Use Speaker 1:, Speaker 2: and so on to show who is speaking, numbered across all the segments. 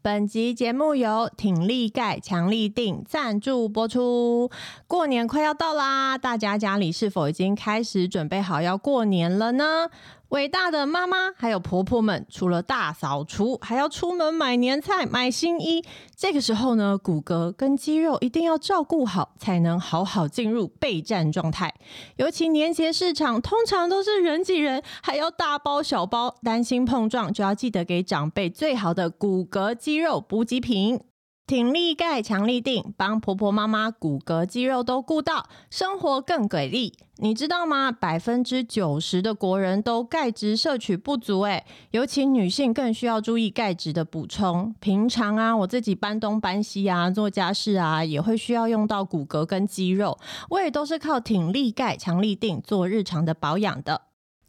Speaker 1: 本集节目由挺力钙、强力定赞助播出。过年快要到啦，大家家里是否已经开始准备好要过年了呢？伟大的妈妈还有婆婆们，除了大扫除，还要出门买年菜、买新衣。这个时候呢，骨骼跟肌肉一定要照顾好，才能好好进入备战状态。尤其年节市场通常都是人挤人，还要大包小包，担心碰撞，就要记得给长辈最好的骨骼肌肉补给品。挺力钙、强力定，帮婆婆妈妈骨骼肌肉都顾到，生活更给力。你知道吗？百分之九十的国人都钙质摄取不足，诶，尤其女性更需要注意钙质的补充。平常啊，我自己搬东搬西啊，做家事啊，也会需要用到骨骼跟肌肉，我也都是靠挺力钙、强力定做日常的保养的。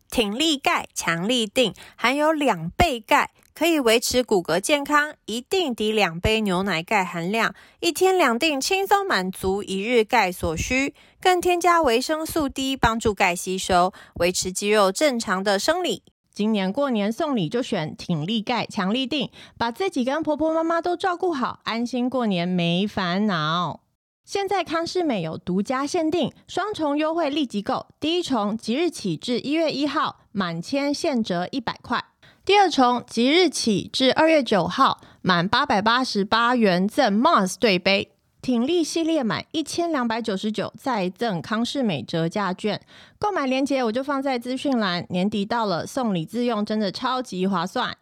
Speaker 2: 挺力钙、强力定含有两倍钙，可以维持骨骼健康，一定抵两杯牛奶钙含量，一天两定轻松满足一日钙所需，更添加维生素 D，帮助钙吸收，维持肌肉正常的生理。
Speaker 1: 今年过年送礼就选挺力钙、强力定，把自己跟婆婆妈妈都照顾好，安心过年没烦恼。现在康士美有独家限定双重优惠，立即购！第一重即日起至一月一号满千现折一百块，第二重即日起至二月九号满八百八十八元赠 Mars 对杯。挺立系列满一千两百九十九再赠康士美折价券，购买链接我就放在资讯栏。年底到了，送礼自用真的超级划算。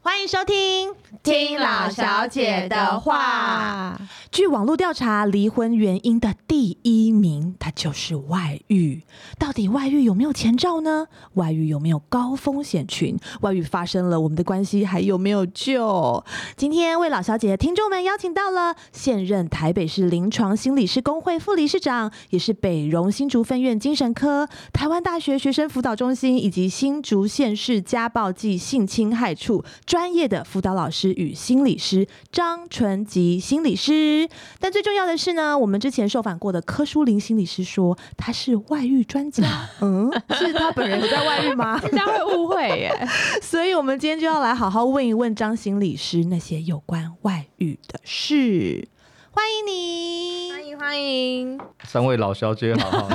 Speaker 1: 欢迎收听《
Speaker 3: 听老小姐的话》。
Speaker 4: 据网络调查，离婚原因的第一名，它就是外遇。到底外遇有没有前兆呢？外遇有没有高风险群？外遇发生了，我们的关系还有没有救？今天为老小姐听众们邀请到了现任台北市临床心理师工会副理事长，也是北荣新竹分院精神科、台湾大学学生辅导中心以及新竹县市家暴暨性侵害处专业的辅导老师与心理师张纯吉心理师。但最重要的是呢，我们之前受访过的柯淑玲心理师说他是外遇专家， 嗯，是他本人有在外遇吗？
Speaker 1: 大家会误会耶。
Speaker 4: 所以我们今天就要来好好问一问张心理师那些有关外遇的事。欢迎你，
Speaker 3: 欢迎欢迎，
Speaker 5: 三位老小姐好，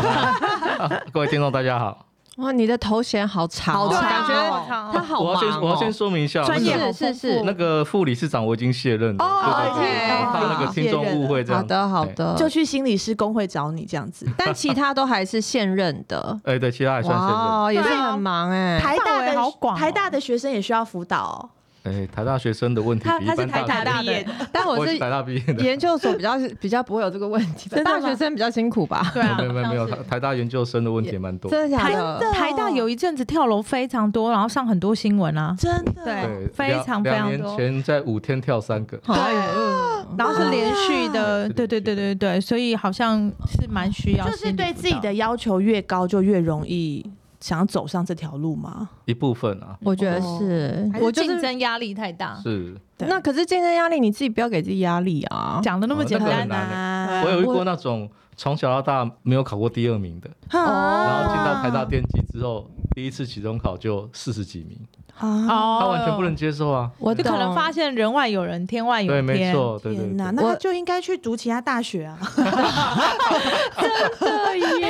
Speaker 5: 各位听众大家好。
Speaker 1: 哇，你的头衔好长哦，
Speaker 4: 好长
Speaker 1: 感觉
Speaker 4: 哦
Speaker 1: 他好
Speaker 5: 我要
Speaker 1: 忙
Speaker 5: 先我要先
Speaker 1: 哦。
Speaker 5: 说明一下，那
Speaker 4: 专业
Speaker 5: 个
Speaker 4: 好
Speaker 1: 是
Speaker 4: 丰
Speaker 1: 是
Speaker 4: 富
Speaker 5: 那个副理事长我已经卸任了，
Speaker 1: 哦
Speaker 5: 对对对
Speaker 1: OK，
Speaker 5: 怕那个听众误会这样。
Speaker 1: 好的好的，
Speaker 4: 就去心理师工会找你这样
Speaker 3: 嗯
Speaker 4: 子。
Speaker 1: 但其他都还是现任的。
Speaker 5: 对，哎对，其他还算卸
Speaker 1: 哇，哦也是
Speaker 3: 对啊
Speaker 1: 很忙哎。
Speaker 4: 台大
Speaker 3: 范围
Speaker 4: 的、
Speaker 3: 好广哦
Speaker 4: 台大的学生也需要辅导
Speaker 5: 任。哎，台大学生的问题
Speaker 4: 他
Speaker 5: 比一
Speaker 4: 他是
Speaker 5: 般
Speaker 4: 台
Speaker 5: 大
Speaker 4: 大
Speaker 5: 学，
Speaker 4: 的
Speaker 3: 业
Speaker 1: 但我
Speaker 5: 我
Speaker 1: 是
Speaker 5: 是台大毕业的，
Speaker 1: 研究所比较比较不会有这个问题吧，
Speaker 4: 真的
Speaker 1: 大
Speaker 4: 吗
Speaker 1: 学生比较辛苦吧？
Speaker 3: 对啊
Speaker 5: 没有没有没有，
Speaker 3: 像
Speaker 5: 台
Speaker 3: 是
Speaker 5: 台大研究生的问题也蛮多。
Speaker 1: 真的假
Speaker 3: 台
Speaker 1: 的？
Speaker 4: 哦
Speaker 3: 台大有一阵子跳楼非常多，然后上很多新闻啊，
Speaker 4: 真的
Speaker 3: 对
Speaker 5: 对，
Speaker 3: 非
Speaker 5: 两
Speaker 3: 常非
Speaker 5: 两
Speaker 3: 常
Speaker 5: 年
Speaker 3: 多
Speaker 5: 前在五天跳三个，
Speaker 1: 对
Speaker 3: 然后是连续的，
Speaker 5: 哇
Speaker 3: 对对对对对，所以好像是蛮需要，
Speaker 4: 就是对自己的，要求越高，就越容易想要走上这条路吗？
Speaker 5: 一部分啊，
Speaker 1: 我觉得是，
Speaker 3: 我
Speaker 1: 我就
Speaker 3: 竞
Speaker 1: 哦是
Speaker 3: 争压力太大，
Speaker 5: 是
Speaker 4: 对
Speaker 1: 那可是竞争压力，你自己不要给自己压力啊。
Speaker 3: 讲的那么
Speaker 5: 哦
Speaker 3: 简
Speaker 5: 那个
Speaker 3: 单
Speaker 5: 很难
Speaker 3: 啊
Speaker 5: 我有遇过那种从小到大没有考过第二名的，然
Speaker 3: 哦
Speaker 5: 后进到台大电机之后，第一次期中考就四十几名，
Speaker 4: 啊，
Speaker 3: 哦
Speaker 5: 他完全不能接受啊。
Speaker 1: 我
Speaker 3: 就可能发现人外有人，天外有
Speaker 5: 对，
Speaker 3: 天，
Speaker 5: 没错，对对
Speaker 4: 哦天哪，
Speaker 5: 对。
Speaker 4: 那他
Speaker 1: 我
Speaker 4: 就应该去读其他大学啊。
Speaker 1: 对
Speaker 3: 对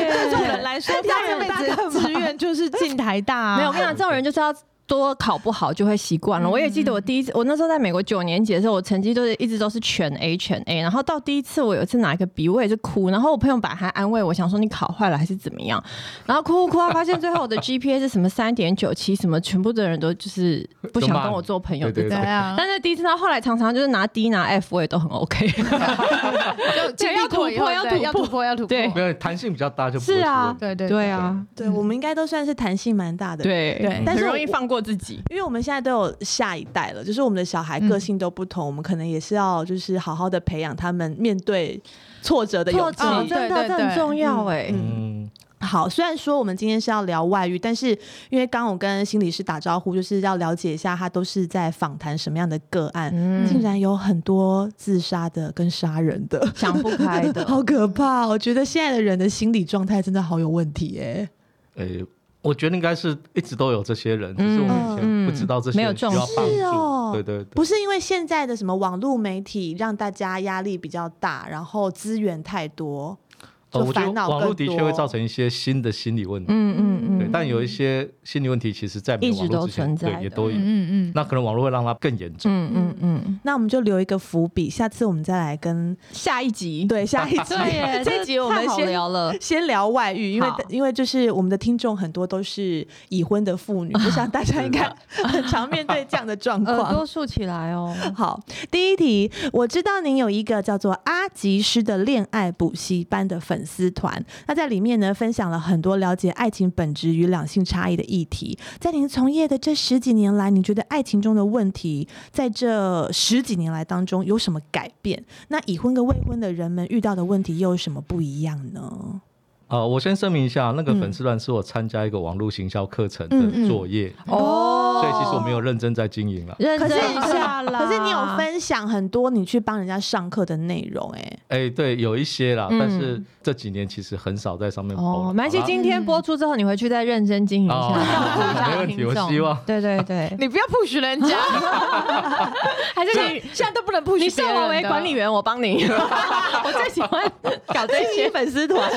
Speaker 3: 这种人
Speaker 1: 耶，
Speaker 3: 来说，他这辈子志愿就是进台大、啊，
Speaker 1: 没有，我跟你讲，这种人就是要。多考不好就会习惯了。我也记得我第一次，我那时候在美国九年级的时候，我成绩都是一直都是全 A 全 A。然后到第一次，我有一次拿一个笔，我也是哭。然后我朋友本来还安慰我，想说你考坏了还是怎么样。然后哭哭哭，他发现最后我的 GPA 是什么三点九七，什么全部的人都就是不想跟我做朋友这
Speaker 5: 对
Speaker 1: 种
Speaker 3: 对。啊，
Speaker 1: 但是第一次到后来，常常就是拿 D 拿 F，我也都很 OK。
Speaker 6: 就经历
Speaker 1: 要突
Speaker 6: 过以后
Speaker 1: 破
Speaker 6: 对
Speaker 1: 要
Speaker 6: 要
Speaker 1: 突破
Speaker 6: 突破，要突破，
Speaker 1: 对
Speaker 5: 没有弹性比较大就不会
Speaker 1: 是啊
Speaker 5: 出问题
Speaker 6: 对对
Speaker 1: 对啊，
Speaker 4: 对，我们应该都算是弹性蛮大 的。。
Speaker 1: 对
Speaker 3: 对
Speaker 4: 但
Speaker 1: 很
Speaker 4: 是
Speaker 1: 容易
Speaker 4: 我
Speaker 1: 放过自己。
Speaker 4: 因为我们现在都有下一代了，就是我们的小孩个性都不同，我们可能也是要就是好好的培养他们面对挫折的勇气。
Speaker 3: 挫折
Speaker 1: 真
Speaker 3: 对
Speaker 1: 的
Speaker 3: 对
Speaker 1: 这很
Speaker 3: 对
Speaker 1: 重要哎、
Speaker 4: 嗯
Speaker 5: 嗯，
Speaker 4: 好，虽然说我们今天是要聊外遇，但是因为刚我跟心理师打招呼，就是要了解一下他都是在访谈什么样的个
Speaker 1: 嗯
Speaker 4: 案，竟然有很多自杀的跟杀人的，
Speaker 1: 想不开 的，
Speaker 4: 好可怕哦！我觉得现在的人的心理状态真的好有问题哎、
Speaker 5: 诶、我觉得应该是一直都有这些人，只是我们以前不知道这些
Speaker 1: 没有
Speaker 5: 人需
Speaker 1: 重
Speaker 5: 要
Speaker 1: 视
Speaker 5: 帮助。
Speaker 4: 嗯是哦
Speaker 5: 对对对，
Speaker 4: 不是因为现在的什么网络媒体让大家压力比较大，然后资源太多，
Speaker 5: 呃
Speaker 4: 就
Speaker 5: 我觉得
Speaker 4: 烦恼
Speaker 5: 网络
Speaker 4: 更
Speaker 5: 的
Speaker 4: 多。
Speaker 5: 确会造成一些新的心理问题，
Speaker 1: 嗯
Speaker 5: 对
Speaker 1: 嗯，嗯，
Speaker 5: 但有一些心理问题其实在没有
Speaker 1: 一直
Speaker 5: 网络
Speaker 1: 都
Speaker 5: 之前，
Speaker 1: 存在
Speaker 5: 对也都
Speaker 3: 嗯
Speaker 5: 有。
Speaker 3: 嗯嗯，
Speaker 5: 那可能网络会让它更严重。
Speaker 1: 嗯嗯嗯，
Speaker 4: 那我们就留一个伏笔，下次我们再来 跟
Speaker 1: 下一集，
Speaker 4: 对下一集
Speaker 1: 对耶，
Speaker 4: 这集我们
Speaker 1: 太好
Speaker 4: 先
Speaker 1: 聊了，
Speaker 4: 先聊外遇，因为
Speaker 1: 好
Speaker 4: 因为就是我们的听众很多都是已婚的妇 女，我想大家应该很常面对这样的状
Speaker 1: 耳
Speaker 4: 况。
Speaker 1: 朵竖起来哦，
Speaker 4: 好，第一题，我知道您有一个叫做阿吉师的恋爱补习班的粉丝团，那在里面呢分享了很多了解爱情本质与两性差异的议题。在您从业的这十几年来，你觉得爱情中的问题在这十几年来当中有什么改变？那已婚跟未婚的人们遇到的问题又有什么不一样呢？
Speaker 5: 呃，我先声明一下，那个
Speaker 4: 嗯
Speaker 5: 粉丝团是我参加一个网络行销课程
Speaker 4: 嗯嗯
Speaker 5: 的作业，
Speaker 1: 哦
Speaker 5: 所以其实我没有认真在经营了。
Speaker 1: 认
Speaker 4: 可是
Speaker 1: 真一下啦，
Speaker 4: 可是你
Speaker 3: 啊
Speaker 4: 有分享很多你去帮人家上课的内容、哎，
Speaker 5: 哎、对，有一些啦，
Speaker 1: 嗯
Speaker 5: 但是这几年其实很少在上面 po
Speaker 1: 哦，
Speaker 5: 了。
Speaker 1: 蛮希
Speaker 5: 好啦
Speaker 1: 今天播出之后，你回去再认真经营一下，
Speaker 5: 哦
Speaker 1: 照顾一
Speaker 5: 没
Speaker 1: 下
Speaker 5: 问题
Speaker 1: 听众。
Speaker 5: 我希望
Speaker 1: 对对对，
Speaker 7: 你不要 push 人家，
Speaker 1: 还是你
Speaker 7: 现在都不能 push
Speaker 1: 你上我为管理员，我帮你。我最喜欢搞这些粉丝团。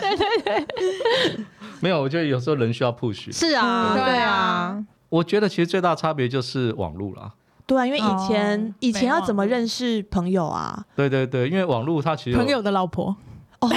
Speaker 5: 没有，我觉得有时候人需要 push。
Speaker 1: 是啊，
Speaker 7: 对
Speaker 1: 对啊
Speaker 7: 啊，
Speaker 5: 我觉得其实最大差别就是网络啦。
Speaker 4: 对啊，因为以前、
Speaker 3: 哦
Speaker 4: 以前要怎么
Speaker 3: 没忘
Speaker 4: 认识朋友啊？
Speaker 5: 对对对，因为网络它其实有
Speaker 3: 朋友的老婆，
Speaker 4: 哦，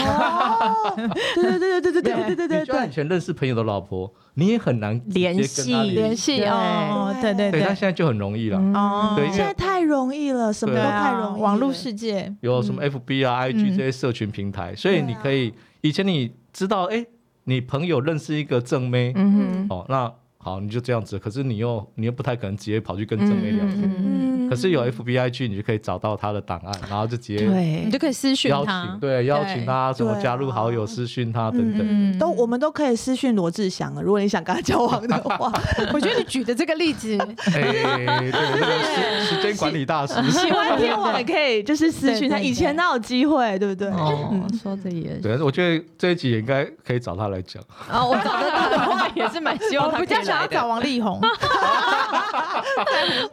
Speaker 4: 对对对对对对对对对
Speaker 5: 你就算以
Speaker 4: 对，
Speaker 5: 前认识朋友的老婆，你也很难直接
Speaker 1: 联
Speaker 5: 跟她
Speaker 1: 系
Speaker 5: 联。
Speaker 1: 系嗯
Speaker 3: 哦，对对
Speaker 5: 对，但现在就很容易了。
Speaker 3: 哦，
Speaker 5: 对因为
Speaker 4: 现在太容易了，什么
Speaker 3: 对
Speaker 4: 都太
Speaker 3: 啊，
Speaker 4: 容易了，
Speaker 3: 网络世界，
Speaker 5: 有
Speaker 7: 嗯
Speaker 5: 什么
Speaker 1: 嗯
Speaker 5: FB 啊、IG 这些社群平台，所
Speaker 1: 啊
Speaker 5: 以你可以，以前你知道，哎、你朋友认识一个正妹，
Speaker 1: 嗯
Speaker 5: 哦，那好，你就这样子。可是你又你又不太可能直接跑去跟正妹聊天，
Speaker 1: 嗯
Speaker 4: 嗯
Speaker 5: 可是有 FBIG，你就可以找到她的档案，然后就直
Speaker 1: 嗯，
Speaker 5: 接
Speaker 3: 你
Speaker 1: 对，
Speaker 3: 就可以私讯
Speaker 5: 邀
Speaker 3: 他
Speaker 5: 请，，对，邀请她什么
Speaker 4: 对啊
Speaker 5: 加入好友、私讯她等等。
Speaker 3: 嗯
Speaker 4: 都我们都可以私讯罗志祥了，如果你想跟他交往的 话，
Speaker 7: 我觉得你举的这个例子，
Speaker 5: 哎、
Speaker 1: 嗯
Speaker 5: 对，这个时时间管理大师。
Speaker 4: 喜欢天王也可以，就是私讯他。
Speaker 3: 对对对
Speaker 4: 以前哪有机会，对不对？
Speaker 1: 哦，说的也是
Speaker 5: 对，我觉得这一集也应该可以找他来讲。
Speaker 1: 啊，我找得到的话也是蛮希 望
Speaker 3: 我
Speaker 1: 他
Speaker 3: 比
Speaker 1: 可以
Speaker 3: 较想
Speaker 1: 来
Speaker 3: 要
Speaker 1: 的。
Speaker 3: 找王力宏，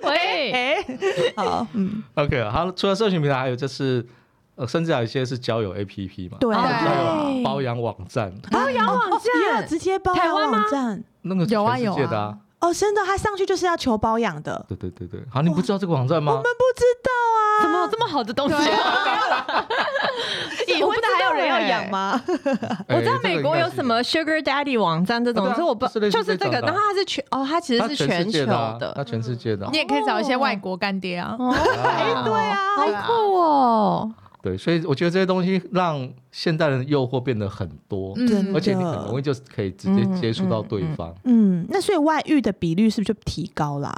Speaker 1: 喂，
Speaker 4: 哎，好，嗯，
Speaker 5: OK，好，除了社群平台，还有就是，呃，甚至还有一些是交友 APP 嘛，
Speaker 4: 对哦
Speaker 1: 哦
Speaker 5: 还有
Speaker 4: 对，
Speaker 5: 包养网站，
Speaker 1: 包养网
Speaker 4: 也有直接包
Speaker 1: 台
Speaker 4: 养
Speaker 1: 湾吗
Speaker 4: 网站。
Speaker 5: 那个是
Speaker 3: 有啊
Speaker 5: 全世界的
Speaker 3: 有
Speaker 5: 啊
Speaker 3: 啊。
Speaker 4: 哦，真的，他上去就是要求包养的。
Speaker 5: 对对对对，好，你不知道这个网站吗？
Speaker 4: 不知道
Speaker 1: 怎么有这么好的东西？
Speaker 4: 啊，已婚的还有人要
Speaker 1: 哎
Speaker 4: 养吗？
Speaker 1: 我知道
Speaker 5: 哎
Speaker 1: 美国有什，么 Sugar Daddy 网站这种
Speaker 5: 对，啊
Speaker 1: 是我不
Speaker 5: 是类似
Speaker 1: 就是这
Speaker 5: 这
Speaker 1: 个，
Speaker 5: 种的啊
Speaker 1: 然后它是全哦，它其
Speaker 5: 这
Speaker 1: 实
Speaker 5: 个
Speaker 1: 是
Speaker 5: 应该有它全
Speaker 1: 全球
Speaker 5: 世界的啊，
Speaker 1: 的
Speaker 5: 它全世界的啊
Speaker 7: 你。也可以找一些外国干爹啊。
Speaker 1: 哦，
Speaker 5: 啊
Speaker 4: 对啊，
Speaker 1: 好酷哦！
Speaker 5: 对，所以我觉得这些东西让现代人的诱惑变得很多，
Speaker 4: 嗯
Speaker 7: 嗯
Speaker 4: 真
Speaker 5: 而且你很容易就可以直接接触到对方。
Speaker 4: 嗯，那所以外遇的比率是不是就提高啦？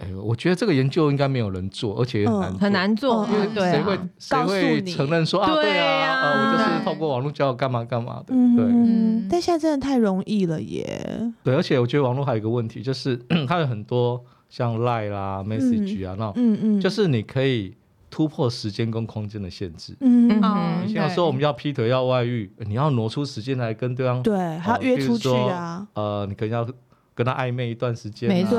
Speaker 5: 哎，我觉得这个研究应该没有人做，而且也很难做
Speaker 1: 很。难做，
Speaker 4: 嗯
Speaker 1: 对
Speaker 5: 谁
Speaker 1: 啊
Speaker 5: 会谁
Speaker 4: 告诉
Speaker 5: 会
Speaker 4: 你
Speaker 5: 承认说啊？对
Speaker 1: 对
Speaker 5: 啊，
Speaker 1: 啊
Speaker 5: 呃我就是
Speaker 7: 对
Speaker 5: 透过网络交友干嘛干嘛的。对，
Speaker 4: 嗯
Speaker 3: 嗯，
Speaker 4: 但现在真的太容易了耶。
Speaker 5: 对，而且我觉得网络还有一个问题，就是 它有很多像 Line 啦、Message 啊，那种，
Speaker 4: 嗯嗯，
Speaker 5: 就是你可以突破时间跟空间的限制。
Speaker 4: 嗯，
Speaker 1: 嗯
Speaker 5: 以
Speaker 1: 哼
Speaker 5: 前有说我们要劈腿、要外遇，你要挪出时间来跟对方，
Speaker 4: 对，还要约出去啊。
Speaker 5: 呃，你可能要跟他暧昧一段时间啊，
Speaker 1: 没错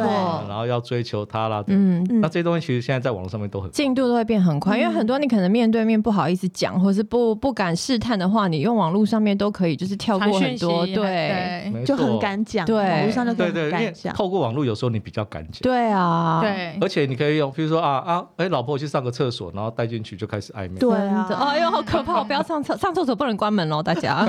Speaker 5: 然后要追求他啦。
Speaker 1: 嗯，
Speaker 4: 嗯
Speaker 5: 那这些东西其实现在在网络上面都很
Speaker 1: 进度都会变很快，因为很多你可能面对面不好意思讲，或是不不敢试探的话，你用网络上面都可以，就是跳
Speaker 7: 传
Speaker 1: 过很
Speaker 7: 讯息
Speaker 1: 多，对
Speaker 7: 对
Speaker 3: 嗯
Speaker 5: 没
Speaker 4: 就很
Speaker 5: 错
Speaker 4: 敢讲，
Speaker 1: 对
Speaker 4: 网络上就
Speaker 5: 对
Speaker 4: 很
Speaker 5: 对，因为
Speaker 4: 敢讲。
Speaker 5: 透过网络有时候你比较敢讲。
Speaker 1: 对
Speaker 5: 嗯
Speaker 1: 啊，
Speaker 7: 对
Speaker 5: 而且你可以用，比如说啊啊，哎、老婆我去上个厕所，然后带进去就开始暧昧。
Speaker 4: 对
Speaker 1: 真的，
Speaker 4: 啊，
Speaker 1: 哎呦好可怕！我不要上厕上厕所不能关门哦，大 家。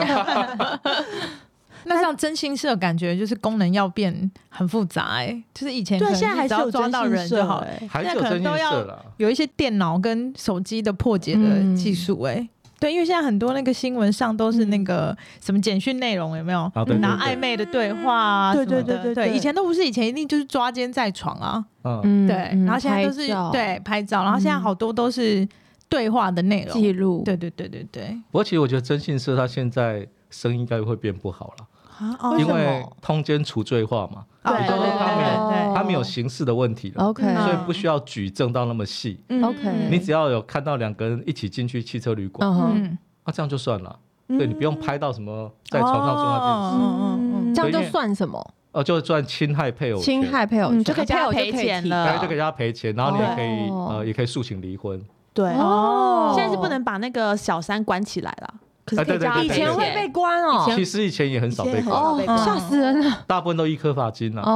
Speaker 3: 那像真心社感觉就是功能要变很复杂哎、就是以前
Speaker 4: 对
Speaker 3: 可
Speaker 4: 啊，
Speaker 3: 能
Speaker 4: 现在还
Speaker 3: 只
Speaker 4: 是
Speaker 3: 要
Speaker 4: 有
Speaker 3: 抓
Speaker 4: 征
Speaker 3: 到人
Speaker 4: 信
Speaker 3: 就
Speaker 4: 社
Speaker 3: 好，
Speaker 4: 哎。
Speaker 5: 还是
Speaker 3: 现
Speaker 5: 有
Speaker 3: 在可
Speaker 5: 征
Speaker 3: 能都
Speaker 5: 信社
Speaker 3: 要
Speaker 5: 啦，
Speaker 3: 有一些电脑跟手机的破解的技术哎、对，因为现在很多那个新闻上都是那个什么简讯内容有没有？
Speaker 5: 啊对对
Speaker 3: 拿
Speaker 5: 对
Speaker 3: 暧昧的对话啊
Speaker 4: 对
Speaker 3: 什么的，
Speaker 4: 对对对对
Speaker 3: 以前都不是，以前一定就是抓奸在床啊，
Speaker 5: 嗯，
Speaker 1: 嗯
Speaker 3: 对，然后现在都是对拍照，然后现在好多都是对话的内容，
Speaker 1: 记录，
Speaker 3: 对对对对对，
Speaker 5: 不过其实我觉得征信社它现在生意应该会变不好了，
Speaker 3: 啊哦
Speaker 5: 因为通奸除罪化嘛，
Speaker 3: 对
Speaker 5: 也就是说他没有
Speaker 1: 哦
Speaker 5: 他没有刑事的问题了，
Speaker 1: OK
Speaker 5: 所以不需要举证到那么细。
Speaker 4: 嗯
Speaker 1: OK
Speaker 5: 你只要有看到两个人一起进去汽车旅馆，
Speaker 1: 嗯哼，
Speaker 3: 嗯，
Speaker 5: 那这样就算了。
Speaker 1: 嗯
Speaker 5: 对你不
Speaker 4: 嗯
Speaker 5: 用拍到什么在床上做
Speaker 1: 哦
Speaker 5: 那件事，
Speaker 3: 嗯
Speaker 1: 这样就
Speaker 5: 所以
Speaker 1: 算什么？
Speaker 5: 哦，就算侵害配偶权
Speaker 1: 侵害配偶权，
Speaker 6: 嗯就可以
Speaker 1: 配偶
Speaker 6: 加赔
Speaker 1: 可以
Speaker 6: 钱
Speaker 1: 提
Speaker 6: 了
Speaker 5: 对，就给他赔钱，然后你也可以
Speaker 1: 哦
Speaker 5: 呃，也可以诉请离婚。
Speaker 8: 对，
Speaker 1: 哦
Speaker 4: 现在是不能把那个小三关起来了，可是
Speaker 5: 哎
Speaker 4: 可以
Speaker 5: 对对
Speaker 4: 加
Speaker 5: 对
Speaker 1: 以
Speaker 5: 对
Speaker 1: 前会被关哦，
Speaker 5: 其实以前也很少被嗯管，
Speaker 1: 哦，吓死人了
Speaker 5: 大部分都一颗罚金啦。
Speaker 6: 嗯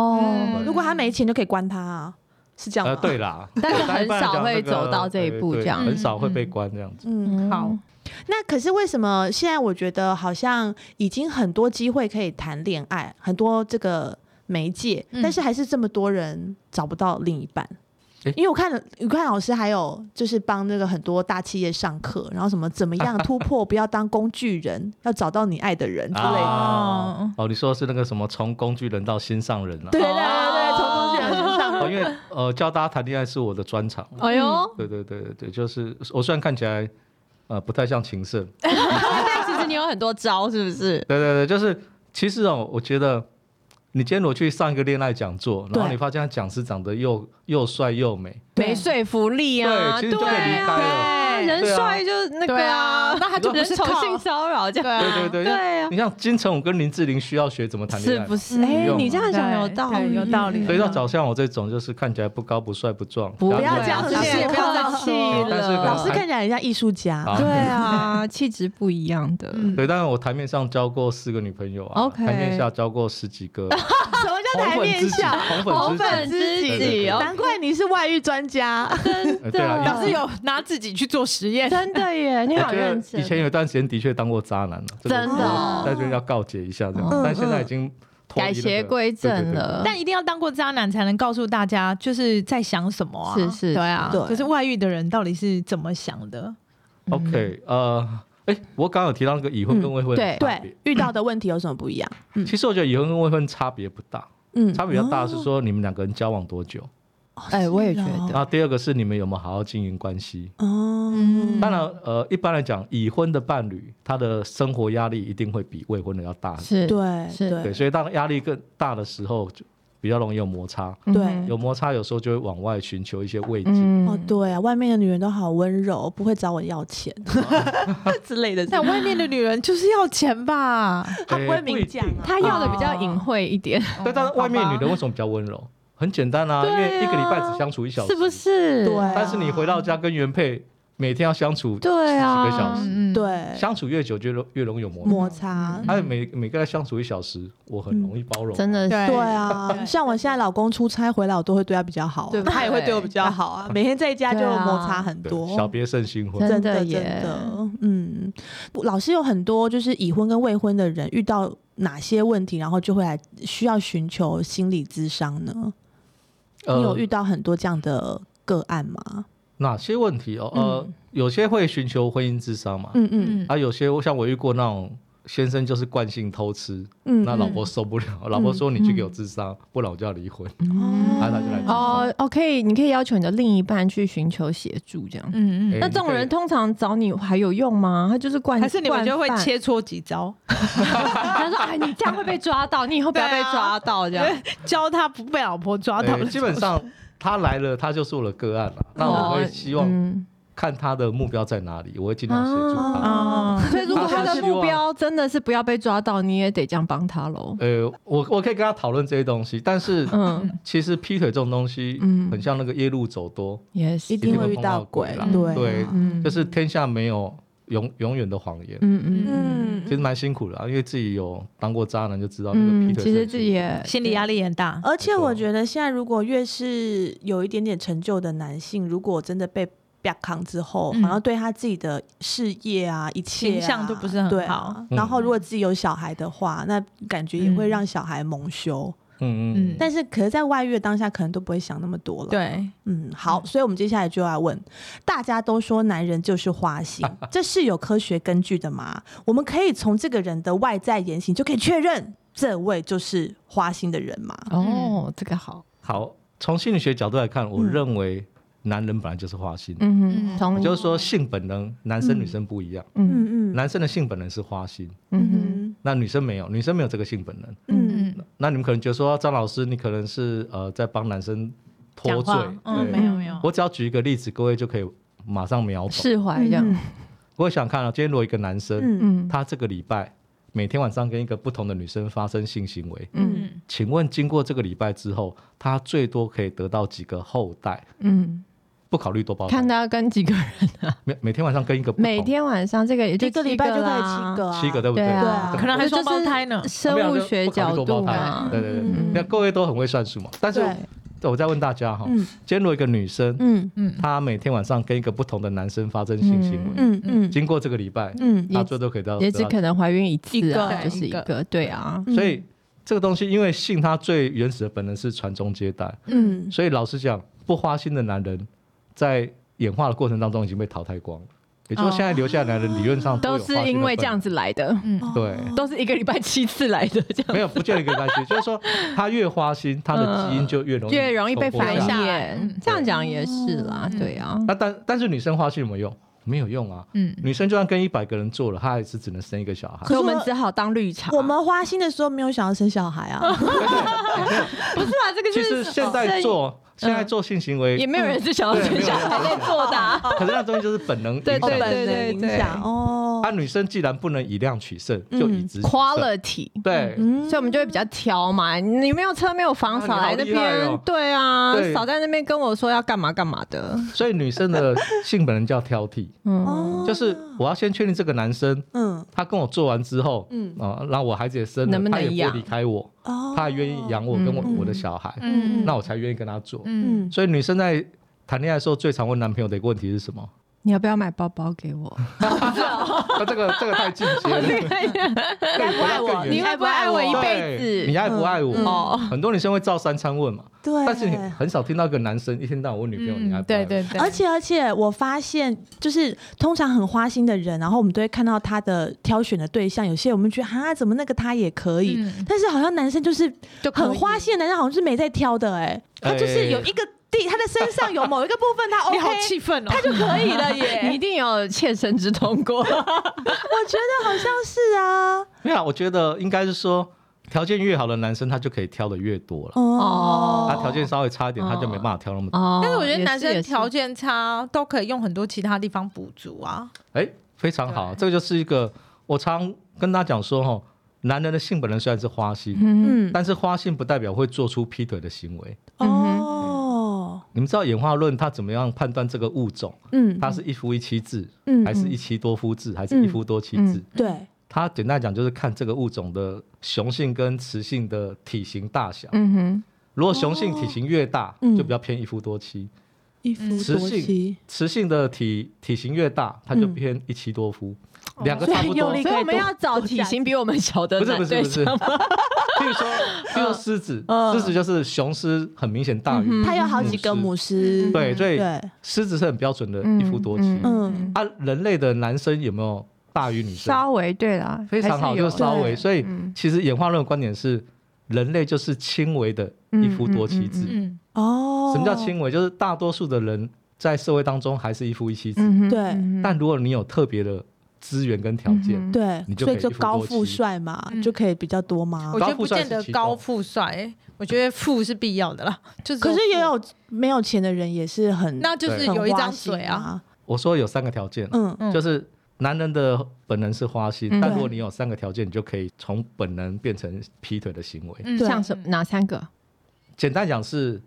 Speaker 1: 哦。
Speaker 4: 如果他
Speaker 3: 嗯
Speaker 4: 没钱就可以关他啊，是这样
Speaker 5: 呃，
Speaker 4: 吗？
Speaker 5: 对啦，
Speaker 1: 但是
Speaker 5: 对
Speaker 1: 很
Speaker 5: 一般来
Speaker 1: 少
Speaker 5: 讲
Speaker 1: 会
Speaker 5: 那个
Speaker 1: 走到这一步
Speaker 5: 对对
Speaker 1: 这样
Speaker 5: 很少会被关这样子。
Speaker 4: 嗯，
Speaker 1: 嗯
Speaker 6: 好，
Speaker 4: 那可是为什么现在我觉得好像已经很多机会可以谈恋爱，很多这个媒介，
Speaker 6: 嗯
Speaker 4: 但是还是这么多人找不到另一半？
Speaker 5: 诶
Speaker 4: 因为我看了，我看老师还有就是帮那个很多大企业上课，然后什么怎么样突破，不要当工具人，要找到你爱的人之类的。
Speaker 5: 啊，哦，你说是那个什么从工具人到心上人啊？
Speaker 4: 对对对对，从工具人身上
Speaker 1: 啊
Speaker 5: 哦，因为呃，教大家谈恋爱是我的专长。
Speaker 1: 哎
Speaker 6: 嗯
Speaker 1: 呦，
Speaker 5: 对对对对对，就是我虽然看起来呃不太像情圣，
Speaker 1: 但哎其实你有很多招，是不是？
Speaker 5: 对对对，就是其实哦，我觉得你今天我去上一个恋爱讲座，然后
Speaker 4: 对
Speaker 5: 你发现他讲师长得又又帅又美，
Speaker 1: 没说服力啊，
Speaker 5: 对其实就可以离开
Speaker 1: 啊
Speaker 5: 了
Speaker 1: 人
Speaker 5: 对啊
Speaker 1: 帅就那个啊，
Speaker 6: 那他就不
Speaker 1: 人
Speaker 6: 是
Speaker 1: 丑
Speaker 6: 靠
Speaker 1: 性骚扰这样，
Speaker 5: 对对对，
Speaker 1: 对啊
Speaker 5: 你像金城武跟林志玲需要学怎么谈恋
Speaker 1: 是
Speaker 5: 爱
Speaker 1: 不
Speaker 5: 吗，
Speaker 1: 是？
Speaker 5: 不
Speaker 1: 哎，
Speaker 5: 用
Speaker 1: 你这样讲有
Speaker 6: 对
Speaker 1: 道
Speaker 6: 嗯对
Speaker 1: 理，
Speaker 6: 有道理
Speaker 5: 所以要找像我这种就是看起来不高不帅不壮，
Speaker 1: 不
Speaker 5: 然后
Speaker 1: 要
Speaker 5: 又
Speaker 1: 这样子
Speaker 4: 老师也
Speaker 1: 不
Speaker 4: 不要这样哦
Speaker 1: 气了
Speaker 5: 对，但是可能
Speaker 4: 老师看起来很像艺术家，
Speaker 3: 哦
Speaker 5: 好
Speaker 1: 对啊， 气质不一样的。
Speaker 4: 嗯
Speaker 5: 对，但是我台面上交过四个女朋友啊
Speaker 1: OK
Speaker 5: 台面下交过十几 个，
Speaker 4: 什么 叫台
Speaker 5: 红粉
Speaker 4: 面
Speaker 5: 知己，
Speaker 4: 下？
Speaker 5: 红
Speaker 1: 红
Speaker 5: 粉
Speaker 1: 粉
Speaker 5: 知
Speaker 1: 知
Speaker 5: 对对
Speaker 1: 己
Speaker 5: 对
Speaker 1: 哦，
Speaker 4: 难怪你是外遇专家，
Speaker 5: 己，呃对啊，
Speaker 6: 老师有拿自己去做实验，
Speaker 1: 真的耶，你
Speaker 5: 我
Speaker 1: 好
Speaker 5: 觉
Speaker 1: 认
Speaker 5: 得
Speaker 1: 真。
Speaker 5: 哎以前有一段时间的确当过渣男了，这个
Speaker 1: 真的哦
Speaker 5: 在这边要告诫一下这样
Speaker 1: 嗯，
Speaker 5: 但现在已经脱离
Speaker 1: 改
Speaker 5: 了
Speaker 1: 邪
Speaker 5: 这个
Speaker 1: 归
Speaker 5: 对
Speaker 1: 正
Speaker 5: 对对
Speaker 1: 了，
Speaker 3: 但一定要当过渣男才能告诉大家，就是在想什么啊？
Speaker 1: 是是
Speaker 3: 对啊，
Speaker 4: 对
Speaker 3: 就是外遇的人到底是怎么想的？
Speaker 4: 嗯
Speaker 5: OK，呃，哎，我刚刚有提到那个已婚跟未婚的
Speaker 1: 嗯
Speaker 5: 差别
Speaker 4: 对，，遇到的问题有什么不一样？
Speaker 5: 其实我觉得已婚跟未婚差别不大，
Speaker 4: 嗯，
Speaker 5: 差别比较大的是说你们两个人交往多久，
Speaker 1: 哎，我也觉得，
Speaker 5: 然后第二个是你们有没有好好经营关系。
Speaker 1: 嗯
Speaker 4: 哦，
Speaker 5: 当然，呃，一般来讲，已婚的伴侣他的生活压力一定会比未婚的要大
Speaker 1: 是，
Speaker 5: 很多，
Speaker 4: 对
Speaker 1: 是
Speaker 5: 对，
Speaker 4: 对
Speaker 5: 所以当压力更大的时候，就比较容易有摩擦，
Speaker 1: 嗯
Speaker 4: 对
Speaker 1: 哼
Speaker 5: 有摩擦有时候就会往外寻求一些慰藉。
Speaker 1: 嗯
Speaker 4: 哦，对啊，外面的女人都好温柔，不会找我要钱之类的。
Speaker 3: 但外面的女人就是要钱 吧？
Speaker 5: 哎
Speaker 4: 她不会
Speaker 5: 诶
Speaker 4: 明讲啊，
Speaker 1: 他要的比较隐晦一点，
Speaker 5: 对，但是外面女人为什么比较温柔？很简单啊，因为一个礼拜只相处一小时，
Speaker 1: 是不？是？
Speaker 4: 对啊
Speaker 5: 但是你回到家跟原配每天要相处
Speaker 1: 对啊
Speaker 3: 哦
Speaker 5: 十几个小时，
Speaker 6: 嗯，
Speaker 4: 对
Speaker 5: 相处越久就越容易有摩擦。
Speaker 4: 摩嗯擦。
Speaker 5: 他每每个人相处一小时，我很容易包容。
Speaker 1: 真的是，
Speaker 6: 对
Speaker 4: 对啊，像我现在老公出差回来，我都会对他比较好
Speaker 1: 对
Speaker 3: 嗯
Speaker 4: 啊，
Speaker 1: 不对
Speaker 4: 他也会对我比较好啊。 每天在家就
Speaker 1: 对啊
Speaker 4: 摩擦很
Speaker 5: 对
Speaker 4: 多，
Speaker 5: 小别胜新婚。
Speaker 4: 真
Speaker 1: 的
Speaker 4: 的
Speaker 1: 耶
Speaker 4: 真的，嗯，老师有很多就是已婚跟未婚的人遇到哪些问题，然后就会来需要寻求心理咨商呢？
Speaker 5: 呃
Speaker 4: 你有遇到很多这样的个案吗？
Speaker 5: 哪些问题哦？呃，
Speaker 4: 嗯
Speaker 5: 有些会寻求婚姻智商嘛，
Speaker 4: 嗯嗯
Speaker 5: 啊，有些像我遇过那种先生就是惯性偷吃，
Speaker 4: 嗯，
Speaker 5: 那老婆受不了， 老婆说你去给我智商，不然我就要离婚，
Speaker 4: 嗯
Speaker 5: 啊，那就来智商。
Speaker 1: 哦哦，可以，你可以要求你的另一半去寻求协助，这样。
Speaker 3: 嗯嗯，
Speaker 5: 哎
Speaker 1: 那这种人通常找你还有用吗？他就是惯，
Speaker 3: 还是你们就会
Speaker 1: 惯犯，
Speaker 3: 切磋几招，
Speaker 1: 他说：“哎，你这样会被抓到，你以后不要被
Speaker 3: 对啊
Speaker 1: 抓到，这样。
Speaker 3: 教他不被老婆抓到
Speaker 5: 哎
Speaker 3: 的
Speaker 5: 基本上他来了，他就是我的个案了。那
Speaker 4: 哦
Speaker 5: 我会希望
Speaker 1: 嗯，
Speaker 5: 看他的目标在哪里，我会尽量协助他。
Speaker 1: 哦
Speaker 3: 啊，
Speaker 1: 所以如果他
Speaker 5: 他
Speaker 1: 的
Speaker 5: 是
Speaker 1: 目
Speaker 5: 希
Speaker 1: 标真的是不要被抓到，你也得这样帮他 喽。
Speaker 5: 呃，我我可以跟他讨论这些东西，但是
Speaker 1: 嗯，
Speaker 5: 其实劈腿这种东西，
Speaker 1: 嗯
Speaker 5: 很像那个夜路走多，
Speaker 1: 也是，
Speaker 4: 一定会遇
Speaker 5: 碰
Speaker 4: 到
Speaker 5: 鬼
Speaker 4: 鬼
Speaker 5: 啦，
Speaker 4: 对
Speaker 5: 对
Speaker 4: 啊
Speaker 1: 嗯
Speaker 5: 就是天下没有永永远的谎言。
Speaker 1: 嗯嗯
Speaker 4: 嗯
Speaker 5: 其实蛮辛苦的、啊，因为自己有当过渣男，就知道嗯那个劈
Speaker 1: 嗯
Speaker 5: 腿、
Speaker 1: 其实自己也
Speaker 3: 心理压力很大。
Speaker 4: 而且我觉得现在如果越是有一点点成就的男性，如果真的被啪康之后，
Speaker 3: 嗯
Speaker 4: 好像对他自己的事业啊、一切啊、
Speaker 3: 形象都不是很
Speaker 4: 对啊
Speaker 3: 好
Speaker 5: 嗯
Speaker 4: 然后如果自己有小孩的话，那感觉也会
Speaker 3: 嗯
Speaker 4: 让小孩蒙羞。
Speaker 5: 嗯
Speaker 3: 嗯
Speaker 5: 嗯，
Speaker 4: 但是可是，在外遇的当下，可能都不会想那么多了。，
Speaker 3: 对，
Speaker 4: 嗯，好，所以我们接下来就要问，大家都说男人就是花 心，这是有科学根据的吗？我们可以从这个人的外在言行就可以确认这位就是花心的人吗？
Speaker 1: 哦，这个好，
Speaker 5: 好，从心理学角度来看，我
Speaker 4: 嗯
Speaker 5: 认为男人本来就是花心，
Speaker 1: 嗯哼，同
Speaker 5: 也
Speaker 1: 意，
Speaker 5: 就是说性本能，男生女生不一样，
Speaker 1: 嗯
Speaker 4: 嗯嗯
Speaker 5: 男生的性本能是花心，
Speaker 1: 嗯
Speaker 4: 嗯
Speaker 5: 那女生没有，女生没有这个性本能。
Speaker 3: 嗯，
Speaker 5: 那你们可能觉得说张老师，你可能是呃在帮男生脱
Speaker 1: 讲
Speaker 5: 罪
Speaker 1: 话，
Speaker 3: 嗯，
Speaker 5: 对
Speaker 3: 没有没有，
Speaker 5: 我只要举一个例子，各位就可以马上秒懂。
Speaker 1: 释怀这样，
Speaker 4: 嗯
Speaker 5: 我想看了、啊今天如果一个男生，
Speaker 1: 嗯
Speaker 5: 他这个礼拜每天晚上跟一个不同的女生发生性行为，
Speaker 1: 嗯
Speaker 5: 请问经过这个礼拜之后，他最多可以得到几个后代？
Speaker 1: 嗯，
Speaker 5: 不考虑多胞胎
Speaker 1: 看，他跟几个人啊，
Speaker 5: 每每天晚上跟一个不同
Speaker 1: 每天晚上这个嗯也就
Speaker 4: 一个礼拜就可以
Speaker 1: 啦
Speaker 4: 七个、啊，
Speaker 5: 七个，对不对？
Speaker 1: 对啊
Speaker 4: 啊
Speaker 3: 可能还
Speaker 1: 我就是
Speaker 3: 双胞胎呢。
Speaker 1: 啊生
Speaker 5: 没有
Speaker 1: 物
Speaker 5: 就
Speaker 1: 学
Speaker 5: 不考
Speaker 1: 角
Speaker 5: 虑多
Speaker 1: 度
Speaker 5: 胞胎
Speaker 1: 嘛，
Speaker 5: 对对对，
Speaker 1: 嗯
Speaker 5: 那各位都很会算数嘛。但是
Speaker 4: 对，
Speaker 5: 我哦再问大家哈，
Speaker 4: 嗯
Speaker 5: 今天如果一个女生，
Speaker 4: 嗯
Speaker 5: 她每天晚上跟一个不同的男生发生性行为，
Speaker 4: 嗯嗯
Speaker 5: 经过这个礼拜，
Speaker 4: 嗯
Speaker 5: 她最多可以得到嗯
Speaker 1: 也只可能怀孕一次啊，
Speaker 3: 一个
Speaker 1: 就是一
Speaker 3: 一
Speaker 1: 个，对啊，
Speaker 4: 嗯
Speaker 5: 所以这个东西，因为性它最原始的本能是传宗接代，
Speaker 4: 嗯
Speaker 5: 所以老实讲，不花心的男人在演化的过程当中已经被淘汰光了。也就是说，现在留下来的男人理论上
Speaker 1: 嗯哦都
Speaker 5: 有花
Speaker 1: 是
Speaker 5: 心的
Speaker 1: 因为
Speaker 5: 本
Speaker 1: 这样子来的，
Speaker 4: 嗯
Speaker 5: 能对。
Speaker 1: 都是一个礼拜七次来的，这
Speaker 5: 没
Speaker 1: 样
Speaker 5: 有，不见得一个关系，就是说，他越花心，他的基因就越容易
Speaker 1: 越容易被
Speaker 5: 重播
Speaker 1: 繁
Speaker 5: 下来。
Speaker 1: 衍。这样讲也是啦，对啊，
Speaker 5: 那但但是女生花心有没有用？没有用啊。
Speaker 6: 嗯
Speaker 5: 女生就算跟一百个人做了，她还是只能生一个小孩。
Speaker 1: 所以我们只好当绿茶。
Speaker 4: 我们花心的时候没有想要生小孩啊，
Speaker 1: 不是啊，这个
Speaker 5: 其
Speaker 1: 就是
Speaker 5: 实现在做现在做性行为
Speaker 1: 嗯也，没有人是想要生小孩在做的啊，
Speaker 5: 可是那东西就是本能影
Speaker 1: 对
Speaker 5: 响
Speaker 1: 对
Speaker 5: 的。
Speaker 1: 对对
Speaker 4: 哦影
Speaker 1: 对
Speaker 4: 响哦
Speaker 5: 啊，，女生既然不能以量取胜，就以质取胜。
Speaker 1: ，quality。
Speaker 5: 对，
Speaker 1: 嗯所以我们就会比较挑嘛，你没有车没有房，
Speaker 5: 啊
Speaker 1: 少来那
Speaker 5: 你好厉害
Speaker 1: 边
Speaker 5: 哦，
Speaker 1: 对啊，
Speaker 5: 对
Speaker 1: 少在那边跟我说要干嘛干嘛的，
Speaker 5: 所以女生的性本能叫挑剔，
Speaker 1: 嗯，
Speaker 5: 啊就是
Speaker 4: 哦
Speaker 5: 我要先确定这个男生
Speaker 4: 嗯
Speaker 5: 他跟我做完之后，嗯啊，那我孩子也生
Speaker 1: 能不
Speaker 5: 了，
Speaker 1: 能
Speaker 5: 他也不
Speaker 1: 养
Speaker 5: 会离开我，
Speaker 4: 哦，
Speaker 5: 他还愿意养我跟我我的小孩，
Speaker 4: 嗯
Speaker 5: 那我才愿意跟他做。
Speaker 6: 嗯
Speaker 4: 嗯
Speaker 5: 所以女生在谈恋爱的时候最常问男朋友的一个问题是什么？
Speaker 1: 你要不要买包包给我？
Speaker 5: 那这个这个太进阶了，该不爱我
Speaker 1: 你会不会爱我一辈
Speaker 5: 对
Speaker 1: 子
Speaker 5: 你？爱不爱我？
Speaker 1: 哦
Speaker 5: 很多女生会照三餐问嘛，
Speaker 4: 嗯对，
Speaker 5: 但是你很少听到一个男生一天到晚问女朋友
Speaker 3: 嗯
Speaker 5: 你爱不
Speaker 6: 对
Speaker 5: 爱我。
Speaker 6: 对对，
Speaker 4: 而且而且，我发现就是通常很花心的人，然后我们都会看到他的挑选的对象，有些我们觉得哈，怎么那个他也可以，
Speaker 6: 嗯
Speaker 4: 但是好像男生就是
Speaker 1: 就可以。
Speaker 4: 很花心的男生，好像是没在挑的、哎，他就是有一个地，他的身上有某一个部分 他 OK，
Speaker 3: 你好气愤哦
Speaker 4: 他！就可以了耶
Speaker 1: 你一定有切身之痛过，
Speaker 4: 我觉得好像是啊，
Speaker 5: 没有啊，我觉得应该是说条件越好的男生他就可以挑的越多了，
Speaker 1: 哦
Speaker 5: 他条件稍微差一点他就没办法挑那么多。
Speaker 1: 哦
Speaker 3: 但是我觉得
Speaker 1: 也
Speaker 3: 男生
Speaker 1: 也是
Speaker 3: 条件差都可以用很多其他地方补足啊。
Speaker 5: 哎、非常好，这个就是一个我常跟大家讲说哦，男人的性本能虽然是花心，
Speaker 4: 嗯
Speaker 5: 但是花心不代表会做出劈腿的行为。
Speaker 4: 哦，
Speaker 5: 你们知道演化论它怎么样判断这个物种？
Speaker 4: 嗯
Speaker 5: 它是一夫一妻制，
Speaker 4: 嗯
Speaker 5: 还是一妻多夫制，还是一夫多妻制？
Speaker 4: 对，
Speaker 5: 它简单来讲就是看这个物种的雄性跟雌性的体型大小。
Speaker 1: 嗯哼，
Speaker 5: 如果雄性体型越大，就比较偏一夫多妻；
Speaker 4: 一夫
Speaker 5: 雌
Speaker 4: 多
Speaker 5: 性
Speaker 4: 妻，
Speaker 5: 雌性的体体型越大，它就偏一妻多夫，两个差不多。
Speaker 1: 哦所以我们要找体型比我们小的
Speaker 5: 不是不
Speaker 1: 男
Speaker 5: 是
Speaker 1: 对
Speaker 5: 不是，
Speaker 1: 象，
Speaker 5: 譬如说， 譬如说狮子，
Speaker 1: 嗯
Speaker 5: 狮子就是雄狮很明显大于
Speaker 4: 他有好几个母狮，
Speaker 5: 对，所以
Speaker 4: 对，
Speaker 5: 狮子是很标准的一夫多妻。
Speaker 4: 嗯
Speaker 5: 啊，人类的男生有没有大于女生？
Speaker 1: 稍微对啦，
Speaker 5: 非常好，
Speaker 1: 还是有嗯
Speaker 5: 就稍微。
Speaker 4: 对
Speaker 5: 所以其实演化论的观点是，人类就是轻微的一夫多妻制。
Speaker 6: 嗯
Speaker 4: 哦，
Speaker 5: 什么叫？轻微？就是大多数的人在社会当中还是一夫一妻制，
Speaker 1: 嗯哼
Speaker 4: 对
Speaker 1: 嗯哼
Speaker 5: 但如果你有特别的资源跟条件，
Speaker 1: 嗯
Speaker 4: 对
Speaker 5: 你，就
Speaker 4: 所以
Speaker 5: 可以
Speaker 4: 就
Speaker 5: 一夫
Speaker 4: 高
Speaker 5: 多
Speaker 4: 富
Speaker 5: 妻
Speaker 4: 帅嘛，
Speaker 6: 嗯
Speaker 4: 就可以比较多嘛
Speaker 3: 我。觉得不
Speaker 5: 富帅
Speaker 3: 见
Speaker 5: 是
Speaker 3: 得
Speaker 5: 其
Speaker 3: 高
Speaker 5: 中
Speaker 3: 富帅、我觉得富是必要的啦。就是
Speaker 4: 可是也
Speaker 3: 富，
Speaker 4: 有没有钱的人也是很
Speaker 3: 那就是
Speaker 4: 很
Speaker 3: 有一
Speaker 4: 花
Speaker 3: 张
Speaker 4: 心
Speaker 3: 嘴啊。
Speaker 4: 啊，
Speaker 5: 我说有三个条件，
Speaker 4: 嗯
Speaker 3: 嗯
Speaker 5: 就是男人的本能是花心，
Speaker 1: 嗯
Speaker 5: 但如果你有三个条件，你就可以从本能变成劈腿的行为。
Speaker 6: 嗯
Speaker 1: 像什么哪三个
Speaker 5: 简单讲是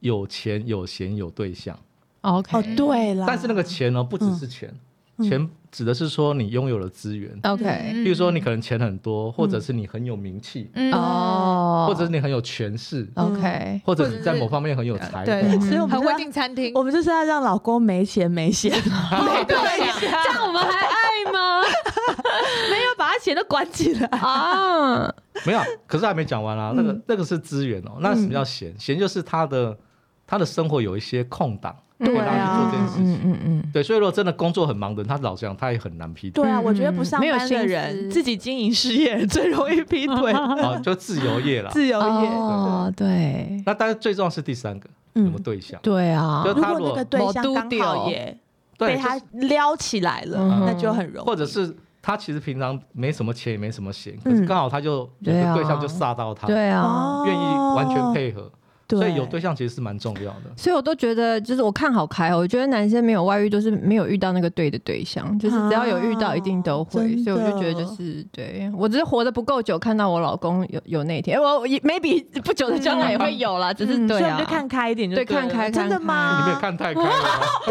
Speaker 5: 有钱、有闲、有对象，
Speaker 1: ？OK
Speaker 4: 哦对啦，
Speaker 5: 但是那个钱呢，不只是钱，
Speaker 4: 嗯
Speaker 5: 钱指的是说你拥有了资源，
Speaker 1: 嗯哦 OK
Speaker 5: 比如说你可能钱很多，或者是你很有名气，
Speaker 1: 哦，
Speaker 5: 或者是你很有权势，
Speaker 1: OK
Speaker 5: 或者你在某方面嗯很有才
Speaker 3: 对
Speaker 5: 华。
Speaker 4: 所以我们
Speaker 3: 很
Speaker 4: 就
Speaker 3: 会
Speaker 4: 要
Speaker 3: 订餐厅
Speaker 4: 我，们就是要让老公没钱没闲，
Speaker 1: 对对，哦这样我们还爱 吗？
Speaker 4: 没有把他钱都管起来。
Speaker 1: 啊，
Speaker 5: 没有，可是还没讲完啊。那个那个是资源哦，那什么叫闲？闲就是他的他的生活有一些空档，
Speaker 4: 对
Speaker 5: 然后去做这件
Speaker 4: 啊，
Speaker 5: 事
Speaker 1: 嗯
Speaker 5: 情。
Speaker 1: 嗯嗯，
Speaker 5: 对，所以如果真的工作很忙的人，他老实讲他也很难劈 腿
Speaker 4: 对啊，
Speaker 1: 嗯
Speaker 4: 我觉得不上
Speaker 1: 没有
Speaker 4: 班的
Speaker 1: 心
Speaker 4: 人
Speaker 1: 思
Speaker 4: 自己经营事业最容易劈腿，
Speaker 5: 啊，就自由业啦。
Speaker 4: 自由业。
Speaker 1: 哦对
Speaker 5: 那当然最重要是第三个，
Speaker 4: 嗯
Speaker 5: 有没有对象？
Speaker 1: 对啊，
Speaker 5: 就
Speaker 4: 如
Speaker 5: 他
Speaker 4: 果
Speaker 5: 如
Speaker 4: 那个
Speaker 5: 果
Speaker 4: 对
Speaker 1: 某
Speaker 4: 象
Speaker 1: 都
Speaker 4: 刚
Speaker 1: 丢
Speaker 4: 好也
Speaker 5: 对
Speaker 4: 被他
Speaker 5: 就是
Speaker 4: 撩起来了
Speaker 1: 嗯，
Speaker 4: 那就很容易。
Speaker 5: 或者是他其实平常没什么钱，也没什么闲，可
Speaker 4: 嗯
Speaker 5: 是刚好他就有
Speaker 1: 对
Speaker 5: 个
Speaker 1: 啊
Speaker 5: 对象就煞到他，
Speaker 1: 对啊。
Speaker 4: 哦
Speaker 5: 愿意完全配合，
Speaker 4: 对
Speaker 5: 所以有对象其实是蛮重要的。
Speaker 1: 所以我都觉得，就是我看好开哦。我觉得男生没有外遇，都是没有遇到那个对的对象，就是只要有遇到，一定都会。
Speaker 4: 啊真
Speaker 1: 所
Speaker 4: 的
Speaker 1: 以我就觉得，就是对我只是活得不够久，看到我老公有有那一天，我我也 maybe 不久的将来也会有啦，只是
Speaker 8: 嗯
Speaker 1: 对
Speaker 8: 所以
Speaker 1: 啊，
Speaker 8: 你就看开一点就
Speaker 1: 对
Speaker 8: 了
Speaker 1: 看开
Speaker 8: 真的
Speaker 1: 看开
Speaker 8: 吗？
Speaker 5: 你没有看太开了吗？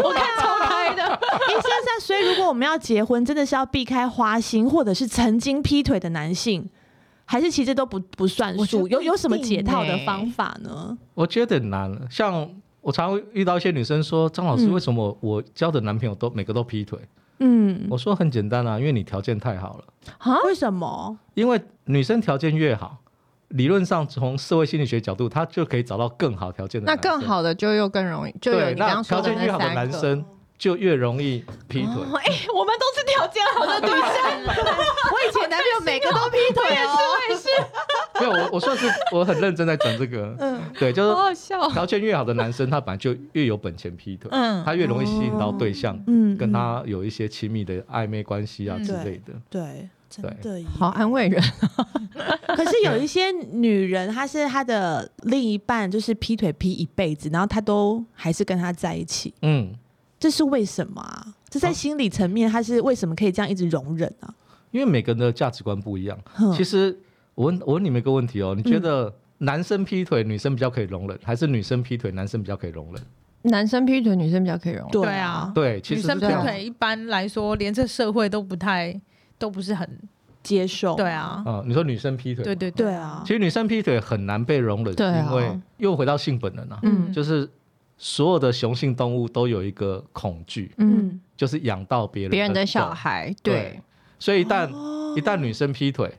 Speaker 1: 我看超开的，
Speaker 4: 医生在，哎所以如果我们要结婚，真的是要避开花心或者是曾经劈腿的男性，还是其实都不不算
Speaker 1: 我觉得
Speaker 4: 数？
Speaker 1: 不
Speaker 4: 有有什么
Speaker 1: 一定
Speaker 4: 解套的
Speaker 1: 欸
Speaker 4: 方法呢？
Speaker 5: 我觉得很难。像我常会遇到一些女生说：“张老师，
Speaker 4: 嗯
Speaker 5: 为什么我交的男朋友都每个都劈腿？”
Speaker 4: 嗯，
Speaker 5: 我说：“很简单啊，因为你条件太好了。
Speaker 4: 为什么？
Speaker 5: 因为女生条件越好，理论上从社会心理学角度，她就可以找到更好条件的
Speaker 1: 那
Speaker 5: 男生。
Speaker 1: 更好的就又更容易，就有
Speaker 5: 对，
Speaker 1: 你刚
Speaker 5: 那
Speaker 1: 刚
Speaker 5: 条
Speaker 1: 说
Speaker 5: 件越
Speaker 1: 那
Speaker 5: 好的
Speaker 1: 三
Speaker 5: 男
Speaker 1: 个。
Speaker 5: 生就越容易劈腿。
Speaker 1: 哦 哎、我们都是条件好的女生，
Speaker 8: 我以前男朋友每个都劈
Speaker 1: 我
Speaker 8: 腿
Speaker 1: 也
Speaker 8: 哦，
Speaker 1: 是，我也是，
Speaker 5: 没有，我我算是我很认真在讲 这个。对，就
Speaker 1: 嗯好
Speaker 5: 是
Speaker 1: 好笑。
Speaker 5: 条件越好的男生，他本来就越有本钱劈腿，
Speaker 1: 嗯，哦
Speaker 5: 他越容易吸引到对象，
Speaker 4: 嗯，
Speaker 5: 跟他有一些亲密的暧昧关系啊
Speaker 6: 嗯
Speaker 5: 之类的。
Speaker 4: 对，真
Speaker 5: 对
Speaker 4: 的耶。
Speaker 1: 好安慰人。
Speaker 4: 可是有一些女人，她是她的另一半，就是劈腿劈一辈子，然后她都还是跟他在一起，
Speaker 5: 嗯。
Speaker 4: 这是为什么啊？这在
Speaker 5: 啊
Speaker 4: 心理层面，她是为什么可以这样一直容忍啊？
Speaker 5: 因为每个人的价值观不一样。
Speaker 4: 哼
Speaker 1: 嗯
Speaker 5: 其实我问我问你们一个问题哦，你觉得男生劈腿女生比较可以容忍，还是女生劈腿男生比较可以容忍？
Speaker 1: 嗯男生劈腿，女生比较可以容忍。
Speaker 4: 对
Speaker 3: 对啊，
Speaker 5: 对，其
Speaker 3: 女
Speaker 5: 实是
Speaker 3: 生劈
Speaker 5: 这样子。
Speaker 3: 腿一般来说，连这社会都不太都不是很
Speaker 4: 接受，
Speaker 3: 对，啊，
Speaker 5: 啊、你说女生劈腿，
Speaker 3: 对对
Speaker 4: 对，啊
Speaker 5: 其，实女生劈腿很难被容忍，
Speaker 1: 对啊
Speaker 5: 因为又回到性本能啊，
Speaker 1: 嗯
Speaker 5: 就是所有的雄性动物都有一个恐惧，
Speaker 1: 嗯，
Speaker 4: 嗯，
Speaker 5: 就是养到别人
Speaker 1: 别人的小
Speaker 5: 狗，
Speaker 1: 孩，哦对
Speaker 5: 对，所以一旦、一旦女生劈腿，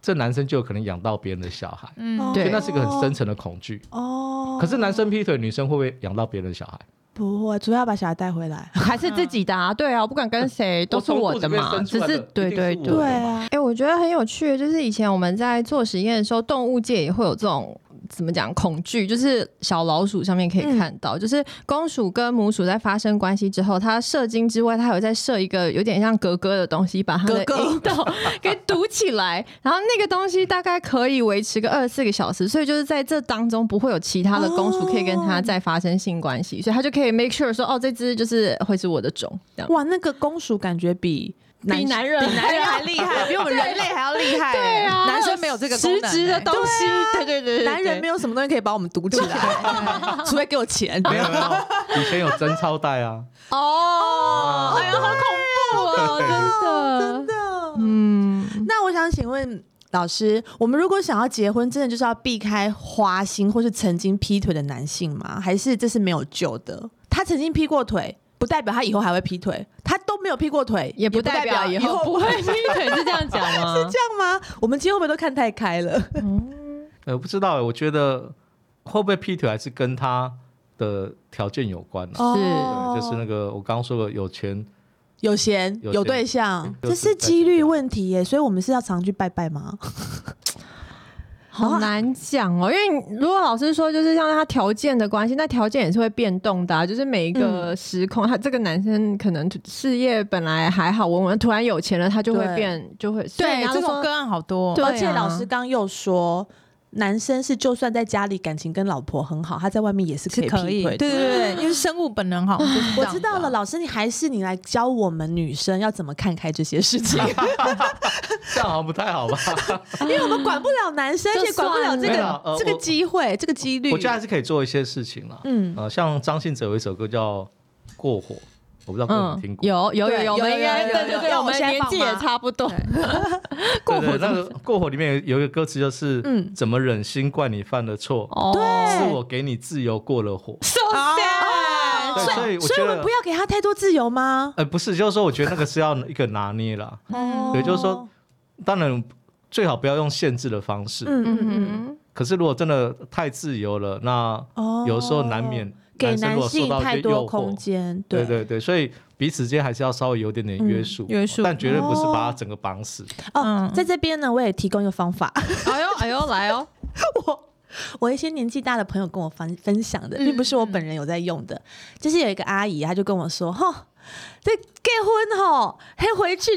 Speaker 5: 这男生就有可能养到别人的小孩，
Speaker 3: 嗯，
Speaker 5: 所以
Speaker 1: 对
Speaker 5: 那是一个很深层的恐惧。
Speaker 4: 哦，
Speaker 5: 可是男生劈腿，女生会不会养到别人的小孩？
Speaker 4: 不会，主要把小孩带回来。
Speaker 1: 还是自己的啊，对啊，我不管跟 谁都是我的嘛，
Speaker 5: 从肚子
Speaker 1: 只是
Speaker 5: 里面生出来
Speaker 1: 对
Speaker 5: 的
Speaker 1: 对
Speaker 5: 一定是
Speaker 1: 对
Speaker 5: 我。的嘛
Speaker 4: 啊，
Speaker 1: 哎、我觉得很有趣，就是以前我们在做实验的时候，动物界也会有这种怎么讲恐惧，就是小老鼠上面可以
Speaker 4: 嗯
Speaker 1: 看到，就是公鼠跟母鼠在发生关系之后，它射精之外，它有在射一个有点像格格的东西，把它的
Speaker 4: 格格
Speaker 1: 阴道 给堵起来，然后那个东西大概可以维持个二四个小时，所以就是在这当中不会有其他的公鼠可以跟
Speaker 4: 哦
Speaker 1: 它再发生性关系，所以它就可以 make sure 说，哦，这只就是会是我的种，这样。
Speaker 4: 哇，那个公鼠感觉比
Speaker 1: 比男人
Speaker 4: 比男人还厉害，比我们人类还要厉害。欸
Speaker 1: 对啊，
Speaker 3: 男生没有这个功
Speaker 1: 实
Speaker 3: 能
Speaker 1: 质的
Speaker 3: 欸
Speaker 1: 东西，对对对对，
Speaker 4: 男人没有什么东西可以把我们堵起来， 除非给我钱。
Speaker 5: 没有没 有，以前有真钞袋啊，
Speaker 1: 有哦，哎呀，好恐怖哦，真的真的，嗯，
Speaker 4: 那我想请问老师，我们如果想要结婚，真的就是要避开花心或是曾经劈腿的男性吗？还是这是没有救的？他曾经劈过腿，不代表他以后还会劈腿；他都没有劈过腿，
Speaker 1: 也不代表以
Speaker 4: 以
Speaker 1: 后不会 劈腿，是这样讲啊吗？
Speaker 4: 是这样吗？我们今天会不会都看太开了？
Speaker 5: 呃，不知道欸，我觉得会不会劈腿还是跟他的条件有关啊。
Speaker 4: 哦
Speaker 5: 对，就是那个我刚刚说的有钱，
Speaker 4: 有闲
Speaker 5: 有
Speaker 4: 有
Speaker 5: 闲
Speaker 4: 对象，
Speaker 5: 就
Speaker 4: 这
Speaker 5: 是
Speaker 4: 是
Speaker 5: 在
Speaker 4: 几
Speaker 5: 这
Speaker 4: 率
Speaker 5: 样
Speaker 4: 问题耶，所以我们是要常去拜拜吗？
Speaker 1: 好难讲哦，因为如果老师说，就是像他条件的关系，那条件也是会变动的、啊，就是每一个时空，他这个男生可能事业本来还好稳稳，突然有钱了，他就会
Speaker 4: 对
Speaker 1: 变，就会所以人
Speaker 3: 对，
Speaker 1: 家
Speaker 3: 啊这
Speaker 1: 说
Speaker 3: 种个案好多
Speaker 1: 对，啊
Speaker 4: 而且老师刚又说，男生是就算在家里感情跟老婆很好，他在外面也是可
Speaker 3: 是
Speaker 4: 以
Speaker 3: 可以
Speaker 4: 劈，腿
Speaker 3: 对
Speaker 4: 的。
Speaker 3: 对对，因为生物本能好，就是这样
Speaker 4: 我
Speaker 3: 子啊
Speaker 4: 知道了，，老师，你还是你来教我们女生要怎么看开这些事 情，
Speaker 5: 这样好像不 太好吧？
Speaker 4: 因为我们管不了男生，
Speaker 1: 就
Speaker 4: 也管不了这个
Speaker 5: 算了没有
Speaker 4: 这
Speaker 5: 呃
Speaker 4: 个
Speaker 5: 我
Speaker 4: 机会、这个几率。
Speaker 5: 我觉得还是可以做一些事情啦。
Speaker 4: 嗯，
Speaker 5: 呃，像张信哲有一首歌叫《过火》，我不知道各位有没有听过。
Speaker 1: 嗯有有有
Speaker 4: 对
Speaker 1: 有，我们
Speaker 4: 嗯有
Speaker 1: 应该
Speaker 4: 有有
Speaker 1: 对对
Speaker 4: 有
Speaker 1: 对，
Speaker 4: 有
Speaker 1: 我们
Speaker 4: 现在
Speaker 1: 年
Speaker 4: 放
Speaker 1: 纪也
Speaker 4: 吗
Speaker 1: 差不多。
Speaker 5: 对对，那个《过火》里面有有一个歌词就是
Speaker 4: 嗯
Speaker 5: “怎么忍心怪你犯了错，
Speaker 1: 哦，
Speaker 5: 是
Speaker 4: 对，
Speaker 5: 我给你自由过了火”。
Speaker 1: 受伤。
Speaker 4: 哦
Speaker 5: 对，所以我
Speaker 4: 所以
Speaker 5: 觉
Speaker 4: 我们
Speaker 5: 得
Speaker 4: 不，要给他太多自由吗？
Speaker 5: 呃，不是，就是说，我觉得那个是要一个拿捏啦。
Speaker 4: 哦，
Speaker 5: 对就是说，当然，最好不要用限制的方式。
Speaker 4: 嗯嗯嗯，
Speaker 1: 嗯
Speaker 5: 可是如果真的太自由了，那
Speaker 4: 哦
Speaker 5: 有时候难免
Speaker 4: 给
Speaker 5: 生
Speaker 4: 男
Speaker 5: 如果受
Speaker 4: 性
Speaker 5: 到一
Speaker 4: 太
Speaker 5: 些
Speaker 4: 多
Speaker 5: 诱
Speaker 4: 空
Speaker 5: 惑。
Speaker 4: 间，
Speaker 5: 对对对，所以彼此间还是要稍微有点点约束，
Speaker 3: 约束
Speaker 5: 但绝对不是把它整个绑死。
Speaker 4: 哦，
Speaker 3: 嗯
Speaker 4: 在这边呢，我也提供一个方法。
Speaker 1: 哼，哎呦哎呦，来哦，
Speaker 4: 我我一些年纪大的朋友跟我分分享的，并不
Speaker 1: 嗯
Speaker 4: 是我本人有在用的。就是有一个阿姨，她就跟我说：“哈，这结婚吼，还回去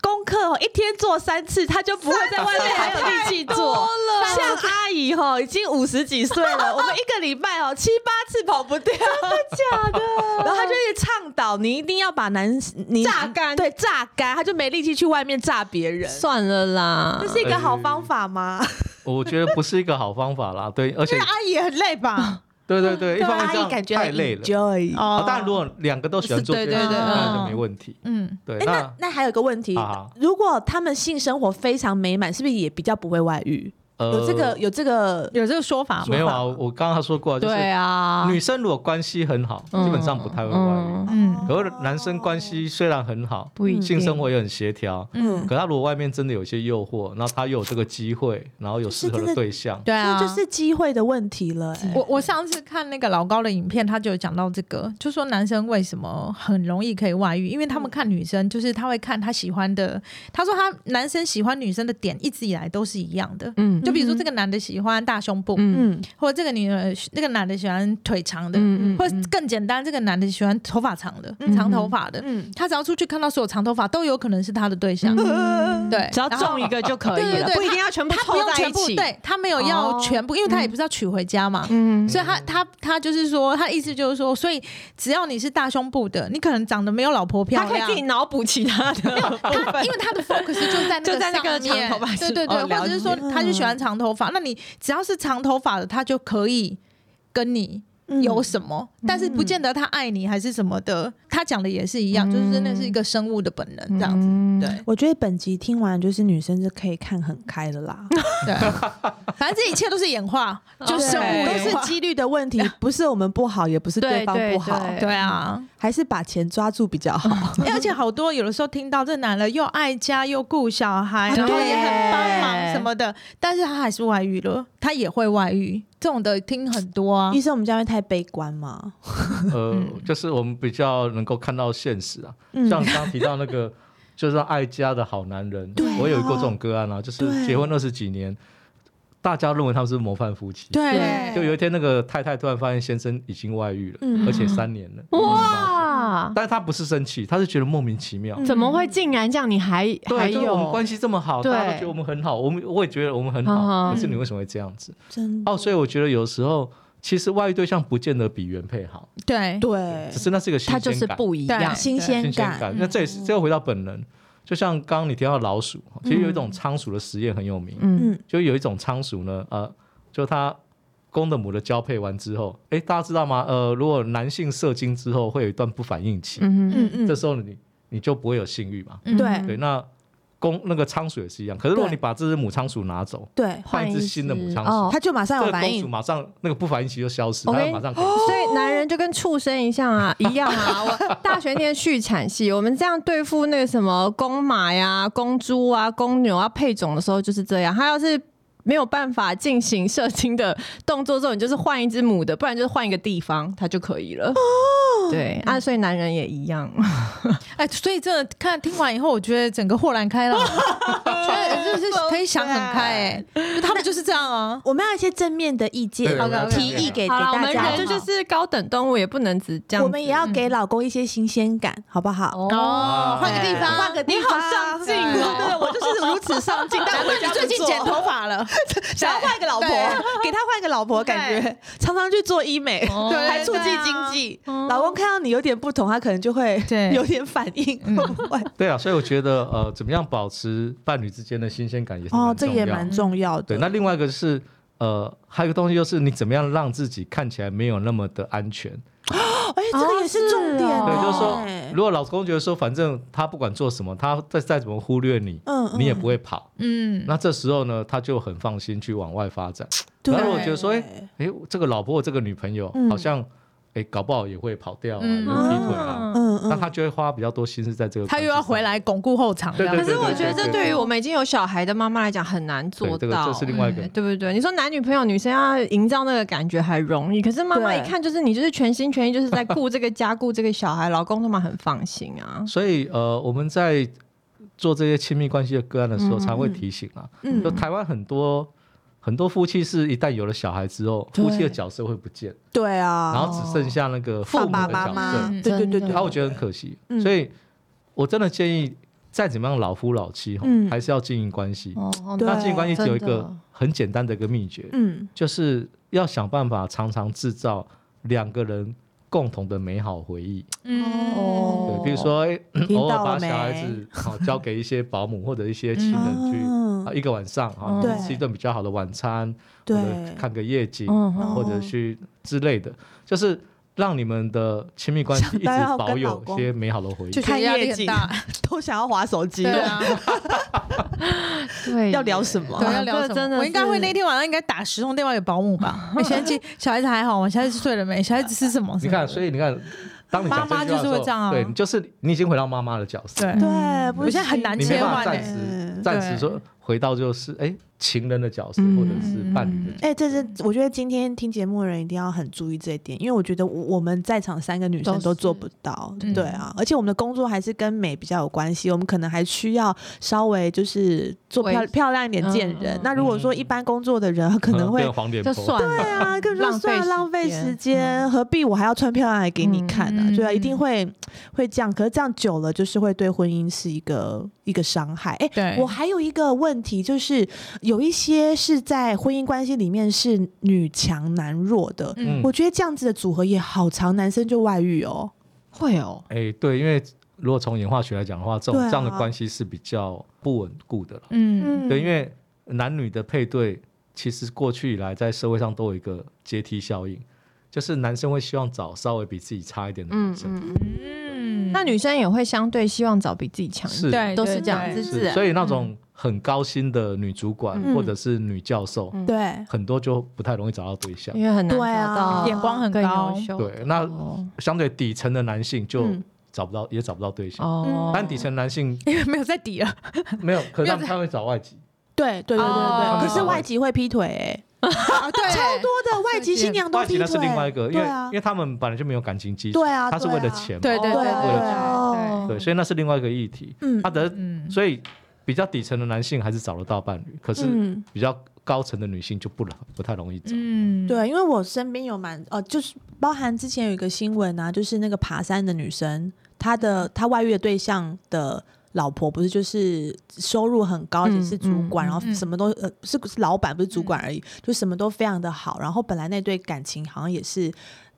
Speaker 4: 功课吼，一天做三次，她就不会在外面还有力气做了。像阿姨吼，已经五十几岁了，我们一个礼拜哦七八次跑不掉，真的
Speaker 1: 假的？
Speaker 4: 然后她就一直倡导你一定要把男你
Speaker 1: 榨干
Speaker 4: 对榨干，她就没力气去外面榨别人。
Speaker 1: 算了啦
Speaker 4: 这，是一个
Speaker 5: 哎
Speaker 4: 好方法吗？
Speaker 5: 我觉得不是一个好方法啦。对， 而且
Speaker 3: 阿姨也很累吧？
Speaker 5: 对对对，一方面
Speaker 4: 阿
Speaker 5: 这
Speaker 4: 姨
Speaker 5: 样
Speaker 4: 啊感觉
Speaker 5: 太累了。
Speaker 4: Joy。
Speaker 5: 啊
Speaker 3: 哦，
Speaker 5: 当然，如果两个都喜欢做这
Speaker 3: 是
Speaker 5: 件
Speaker 3: 对
Speaker 5: 事，
Speaker 3: 对对
Speaker 5: 那
Speaker 3: 嗯
Speaker 5: 就没问题。
Speaker 3: 嗯，
Speaker 5: 对，
Speaker 4: 哎，那
Speaker 5: 那
Speaker 4: 那还有一个问题
Speaker 5: 啊，
Speaker 4: 如果他们性生活非常美满，是不是也比较不会外遇？有
Speaker 5: 呃
Speaker 4: 这个有这个
Speaker 3: 有这个说法吗？
Speaker 5: 没有啊？我刚刚说过啊，就是
Speaker 1: 对啊，
Speaker 5: 女生如果关系很好，
Speaker 1: 嗯
Speaker 5: 基本上不太会外遇。
Speaker 3: 嗯
Speaker 5: 可是男生关系虽然很好，
Speaker 1: 不一定
Speaker 5: 性生活也很协调，
Speaker 3: 嗯，
Speaker 5: 可他如果外面真的有一些诱惑，然后他又有这个机会，然后有适合
Speaker 4: 就是真
Speaker 5: 的
Speaker 4: 的
Speaker 5: 对象，
Speaker 3: 对啊，
Speaker 4: 这就是机会的问题了、哎
Speaker 3: 我我上次看那个老高的影片，他就有讲到这个，就说男生为什么很容易可以外遇，因为他
Speaker 1: 嗯
Speaker 3: 们看女生，就是他会看他喜欢的。他说他男生喜欢女生的点一直以来都是一样的，
Speaker 1: 嗯
Speaker 3: 就比如说这个男的喜欢大胸部，
Speaker 1: 嗯
Speaker 4: 嗯，
Speaker 3: 或者这个女的那个男的喜欢腿长的，
Speaker 1: 嗯
Speaker 3: 或者更简单，这个男的喜欢头发长的、长头发的。
Speaker 4: 嗯
Speaker 3: 他只要出去看到所有长头发都有可能是他的对象，对，
Speaker 1: 只要
Speaker 3: 然后
Speaker 1: 中一个就可以
Speaker 3: 对对
Speaker 1: 了，
Speaker 3: 对
Speaker 1: 不一定要全部
Speaker 3: 他
Speaker 1: 凑
Speaker 3: 不用
Speaker 1: 在
Speaker 3: 全
Speaker 1: 一
Speaker 3: 部，
Speaker 1: 起。
Speaker 3: 对他没有要
Speaker 1: 哦
Speaker 3: 全部，因为他也不是要娶回家嘛，
Speaker 1: 嗯，
Speaker 3: 所以他他他就是说，他意思就是说，所以只要你是大胸部的，你可能长得没有老婆漂
Speaker 1: 他
Speaker 3: 亮，
Speaker 1: 可以自己脑补其他的。
Speaker 3: 他因为他的 focus 就在那个
Speaker 1: 就在那个
Speaker 3: 上面
Speaker 1: 长头发
Speaker 3: 对对对，
Speaker 1: 哦了嗯
Speaker 3: 或者是说他就喜欢长头发，那你只要是长头发的，他就可以跟你。
Speaker 1: 嗯
Speaker 4: 嗯
Speaker 3: 有什么？但是不见得他爱你还是什么的，他讲的也是一样，就是那是
Speaker 1: 嗯
Speaker 3: 一个生物的本能这样子。对
Speaker 4: 我觉得本集听完就是女生就可以看很开的啦，
Speaker 3: 对，反正这一切都是演化， 就生物
Speaker 1: 哦对
Speaker 4: 都
Speaker 3: 演化
Speaker 4: 是几率的问题，不是我们不好，也不是对方不好，
Speaker 1: 对
Speaker 3: 对啊。
Speaker 4: 还是把钱抓住比较好。
Speaker 3: 欸 而且好多有的时候听到这男的又爱家又顾小孩，然后也很帮忙什么的，但是他还是外遇了，他也会外遇，这种的听很多啊
Speaker 4: 医。生，我们这样会太悲观吗？
Speaker 5: 呃，就是我们比较能够看到现实啊。
Speaker 4: 嗯
Speaker 5: 像刚刚提到那个，就是爱家的好男人，
Speaker 4: 对啊
Speaker 5: 我有过这种个案啊，就是
Speaker 4: 对
Speaker 5: 结婚二十几年，大家认为他们是模范夫妻，
Speaker 4: 啊
Speaker 3: 对
Speaker 5: 就有一天那个太太突然发现先生已经外遇了，
Speaker 4: 嗯
Speaker 5: 而且三年了，
Speaker 3: 嗯
Speaker 1: 哇，
Speaker 5: 但是她不是生气，她是觉得莫名其妙。
Speaker 1: 怎么会竟然这样？你还嗯还
Speaker 5: 对，啊就是我们
Speaker 1: 有
Speaker 5: 关系这么好，
Speaker 1: 对
Speaker 5: 大家都觉得我们很好，我们我也觉得我们很
Speaker 1: 嗯
Speaker 5: 好，
Speaker 1: 嗯
Speaker 5: 可是你为什么会这样子？
Speaker 4: 真的
Speaker 5: 哦，所以我觉得有时候其实外遇对象不见得比原配好，
Speaker 3: 对
Speaker 4: 对
Speaker 5: 只，是那是一个新
Speaker 1: 他
Speaker 5: 鲜
Speaker 1: 就是
Speaker 5: 感。
Speaker 1: 不一样
Speaker 3: 对。
Speaker 4: 新鲜
Speaker 5: 新鲜
Speaker 4: 感，
Speaker 5: 感。那这也是这又回到本能，就像刚刚你提到老鼠，其实有一种仓鼠的实验很有名，
Speaker 1: 嗯，
Speaker 4: 嗯，
Speaker 5: 就有一种仓鼠呢，呃，就它公的母的交配完之后，诶，大家知道吗？呃，如果男性射精之后会有一段不反应期，
Speaker 1: 嗯哼
Speaker 4: 嗯嗯，
Speaker 5: 这时候你你就不会有性欲嘛。
Speaker 3: 嗯
Speaker 4: 对
Speaker 5: 对，那公那个仓鼠也是一样，可是如果
Speaker 4: 对
Speaker 5: 你把这只母仓鼠拿走，
Speaker 4: 对，
Speaker 5: 换一只新的母仓鼠
Speaker 1: 哦
Speaker 4: 他就马上
Speaker 5: 这
Speaker 4: 有
Speaker 5: 个
Speaker 4: 反
Speaker 5: 公鼠
Speaker 4: 应，
Speaker 5: 马上那个不反应期就消失，它
Speaker 1: OK
Speaker 5: 就马上可以
Speaker 4: 哦
Speaker 1: 所以男人就跟畜生一样 啊，一样啊！我大学念畜产系，我们这样对付那个什么公马呀、公猪啊、公牛啊配种的时候就是这样。他要是没有办法进行射精的动作之后，你就是换一只母的，不然就是换一个地方，它就可以了。
Speaker 4: 哦
Speaker 1: 对啊，所以男人也一样。
Speaker 3: 哎，所以真的看听完以后，我觉得整个豁然开 朗，觉得就是可以想很开哎，就他们就是这样啊。
Speaker 4: 我们要一些正面的意见
Speaker 5: 对我们要，
Speaker 4: 提
Speaker 5: 正面
Speaker 4: 议给给
Speaker 1: 好了，我
Speaker 4: 大
Speaker 1: 们
Speaker 4: 家，
Speaker 1: 人就是高等动物，也不能只这样子。
Speaker 4: 我们也要给老公一些新鲜感，好不好？
Speaker 5: 啊
Speaker 3: 哦，换个地方，
Speaker 5: 哎
Speaker 4: 换个地方，
Speaker 1: 上进
Speaker 4: 对对
Speaker 1: 哦
Speaker 4: 对， 我就是如此上进，但
Speaker 3: 难
Speaker 4: 我
Speaker 3: 怪你最近
Speaker 4: 剪
Speaker 3: 剪头发了，
Speaker 4: 想要换一个老婆
Speaker 3: 对，
Speaker 4: 给他换一个老婆，感觉常常去做医美，
Speaker 3: 对
Speaker 4: 还促进经济。
Speaker 1: 哦
Speaker 4: 老公看到你有点不同，他可能就会
Speaker 3: 对
Speaker 4: 有点反应， 会不会？
Speaker 5: 对啊，所以我觉得呃，怎么样保持伴侣之间的新鲜感哦也
Speaker 4: 哦
Speaker 5: 是蛮重要
Speaker 4: 重要
Speaker 5: 的对，那另外一个是呃，还有一个东西就是你怎么样让自己看起来没有那么的安全。
Speaker 4: 哎，这个也是重点
Speaker 1: 哦
Speaker 4: 欸。
Speaker 5: 对，就是
Speaker 4: 哎
Speaker 5: 说，如果老公觉得说，反正他不管做什么，他再再怎么忽略你，
Speaker 4: 嗯嗯
Speaker 5: 你也不会跑。
Speaker 3: 嗯，
Speaker 5: 那这时候呢，他就很放心去往外发展。
Speaker 4: 对
Speaker 5: 然后我觉得说，哎
Speaker 3: 嗯
Speaker 5: 哎，这个老婆这个女朋友好像哎，搞不好也会跑掉啊，也
Speaker 3: 嗯
Speaker 5: 会劈腿啊，
Speaker 4: 嗯
Speaker 5: 那
Speaker 4: 嗯，
Speaker 5: 他就会花比较多心思在这个。
Speaker 3: 他又要回。来巩固后场，
Speaker 5: 对对
Speaker 1: 可是我觉得
Speaker 5: 对
Speaker 1: 这
Speaker 5: 对
Speaker 1: 对于我们已经有小孩的妈妈来讲很难做
Speaker 5: 对，
Speaker 1: 到，
Speaker 5: 这个这是另外一个
Speaker 1: 对不对？你说男女朋友，女生要营造那个感觉还容易，可是妈妈
Speaker 4: 对
Speaker 1: 一看就是你就是全心全意就是在顾这个家、顾这个小孩，老公他们很放心啊。
Speaker 5: 所以呃，我们在
Speaker 4: 嗯
Speaker 5: 做这些亲密关系的个案的时候，才会提醒啊，就台湾很多很多夫妻是一旦有了小孩之后，夫妻的角色会不见，
Speaker 4: 对啊，
Speaker 5: 然后只剩下那个父母
Speaker 4: 爸
Speaker 5: 的
Speaker 4: 爸妈
Speaker 5: 角色
Speaker 4: 妈，嗯
Speaker 3: 嗯
Speaker 4: 对对对
Speaker 1: 真
Speaker 4: 对，
Speaker 5: 然后我觉得很可惜，所以我真的建议，再怎么样老夫老妻哈
Speaker 4: 嗯，
Speaker 5: 还是要经营关系。
Speaker 1: 哦，哦
Speaker 4: 对
Speaker 5: 那经营关系只有一
Speaker 1: 真
Speaker 5: 个
Speaker 1: 的
Speaker 5: 很简单的一个秘诀，
Speaker 4: 嗯，
Speaker 5: 就是要想办法常常制造两个人共同的美好回忆。
Speaker 3: 嗯
Speaker 1: 哦
Speaker 5: 对，比如说哎
Speaker 4: 听
Speaker 5: 偶尔
Speaker 4: 到了
Speaker 5: 把
Speaker 4: 没
Speaker 5: 小孩子好交给一些保姆或者一些亲人去。
Speaker 4: 啊
Speaker 5: 啊，一个晚上啊，
Speaker 1: 对
Speaker 5: 吃一顿比较好的晚餐，或者
Speaker 4: 对，
Speaker 5: 看个夜景，
Speaker 1: 嗯嗯
Speaker 5: 或者去之类的，就是让你们的亲密关系一直
Speaker 4: 想到要
Speaker 5: 保
Speaker 4: 跟老
Speaker 5: 有一
Speaker 4: 公
Speaker 5: 些美好的回忆。
Speaker 3: 就觉得
Speaker 4: 看
Speaker 3: 压力
Speaker 4: 夜
Speaker 3: 很
Speaker 4: 景
Speaker 3: 大，
Speaker 4: 都想要划手机
Speaker 3: 对
Speaker 4: 了，
Speaker 3: 啊，
Speaker 1: 对
Speaker 4: 要聊什么？
Speaker 3: 对，要聊
Speaker 1: 这
Speaker 3: 什
Speaker 1: 真的
Speaker 3: 么？我应该
Speaker 1: 是
Speaker 3: 会那天晚上应该打十通电话给保姆 吧？哎小孩子小孩子还好吗？小孩子睡了没？小孩子吃什么？
Speaker 5: 你看，所
Speaker 3: 以
Speaker 5: 以你看，当你讲
Speaker 3: 妈妈
Speaker 5: 这句话的时
Speaker 3: 就
Speaker 5: 候
Speaker 3: 是会这样啊
Speaker 5: 对，你就是你已经回到妈妈的角色，
Speaker 3: 对
Speaker 4: 对，不
Speaker 3: 我现在嗯很
Speaker 4: 行
Speaker 3: 难
Speaker 5: 你没
Speaker 3: 切
Speaker 5: 办
Speaker 3: 换
Speaker 5: 法暂
Speaker 3: 欸
Speaker 5: 时
Speaker 4: 嗯
Speaker 5: 暂时说回到就是哎情人的角色
Speaker 1: 嗯
Speaker 5: 或者是伴侣的角色。
Speaker 4: 哎、这是我觉得今天听节目的人一定要很注意这一点，因为我觉得我我们在场三个女生都做不到，
Speaker 3: 嗯
Speaker 4: 对啊，而且我们的工作还是跟美比较有关系，我们可能还需要稍微就是做漂
Speaker 1: 微
Speaker 4: 漂亮一点见
Speaker 1: 嗯
Speaker 4: 人。
Speaker 1: 嗯
Speaker 4: 那如果说一般工作的人可能会
Speaker 5: 变。黄脸
Speaker 1: 就
Speaker 5: 婆，
Speaker 1: 算了，
Speaker 4: 对啊，跟说
Speaker 1: 浪费
Speaker 4: 算了，
Speaker 1: 时
Speaker 4: 浪费
Speaker 1: 间
Speaker 4: 时间，何必我还要穿漂亮来给你看呢、
Speaker 3: 嗯
Speaker 4: 对啊，
Speaker 3: 嗯
Speaker 4: 一定会会这样。可是这样久了，就是会对婚姻是一个一个伤害。哎、
Speaker 3: 对
Speaker 4: 我还有一个问题，就是有一些是在婚姻关系里面是女强男弱的，
Speaker 3: 嗯
Speaker 4: 我觉得这样子的组合也好常男生就外遇哦。
Speaker 6: 会哦，
Speaker 5: 哎，对，因为如果从演化学来讲的话，这种
Speaker 4: 对啊
Speaker 5: 这样的关系是比较不稳固的了。
Speaker 3: 嗯
Speaker 5: 对，因为男女的配对，其实过去以来在社会上都有一个阶梯效应，就是男生会希望找稍微比自己差一点的女
Speaker 1: 嗯
Speaker 5: 生，
Speaker 1: 嗯，
Speaker 3: 嗯
Speaker 1: 那女生也会相对希望找比自己强的，
Speaker 5: 是
Speaker 3: 对
Speaker 1: 都是这样
Speaker 3: 对
Speaker 1: 子
Speaker 5: 是
Speaker 1: 自然
Speaker 5: 所以那种很高薪的女主管、
Speaker 4: 嗯
Speaker 5: 或者是女教授，
Speaker 1: 嗯
Speaker 4: 对，
Speaker 5: 很多就不太容易找到对象。
Speaker 1: 因为很难
Speaker 4: 对
Speaker 1: 找
Speaker 4: 啊
Speaker 1: 到
Speaker 3: 眼光很
Speaker 1: 更
Speaker 3: 高
Speaker 1: 优秀
Speaker 5: 对，那
Speaker 1: 哦
Speaker 5: 相对底层的男性就
Speaker 4: 嗯
Speaker 5: 找不到，也找不到对象。
Speaker 1: 哦，
Speaker 5: 但底层男性
Speaker 3: 因为没有在底 了，
Speaker 5: 没有，可是他们他会找外籍。
Speaker 4: 对对对对对。
Speaker 3: 哦
Speaker 4: 可是外籍会劈腿、欸，
Speaker 3: 啊 对，
Speaker 4: 超多的外籍新娘都
Speaker 5: 外
Speaker 4: 劈
Speaker 5: 籍
Speaker 4: 腿。
Speaker 5: 那是另外一个，因
Speaker 4: 对
Speaker 5: 为
Speaker 4: 啊
Speaker 5: 因为，他们本来就没有感情基础，
Speaker 4: 对啊，
Speaker 5: 他是
Speaker 4: 对
Speaker 5: 为了
Speaker 4: 啊
Speaker 5: 钱嘛，
Speaker 3: 对对对
Speaker 4: 对啊
Speaker 5: 对
Speaker 3: 对
Speaker 1: 对
Speaker 5: 对，所以那是另外一个议题。
Speaker 4: 嗯
Speaker 5: 他的
Speaker 3: 嗯，
Speaker 5: 所以比较底层的男性还是找得到伴侣，可是
Speaker 4: 嗯。
Speaker 5: 比较高层的女性就不不太容易找。
Speaker 3: 嗯，
Speaker 4: 对，因为我身边有蛮呃，就是包含之前有一个新闻啊，就是那个爬山的女生，她
Speaker 1: 嗯
Speaker 4: 的她外遇的对象的老婆不是就是收入很高，而且
Speaker 1: 嗯
Speaker 4: 是主管，
Speaker 1: 嗯
Speaker 4: 然后
Speaker 3: 嗯
Speaker 4: 什么都呃是是老板不是主管而已，就什么都非常的好。然后本来那对感情好像也是。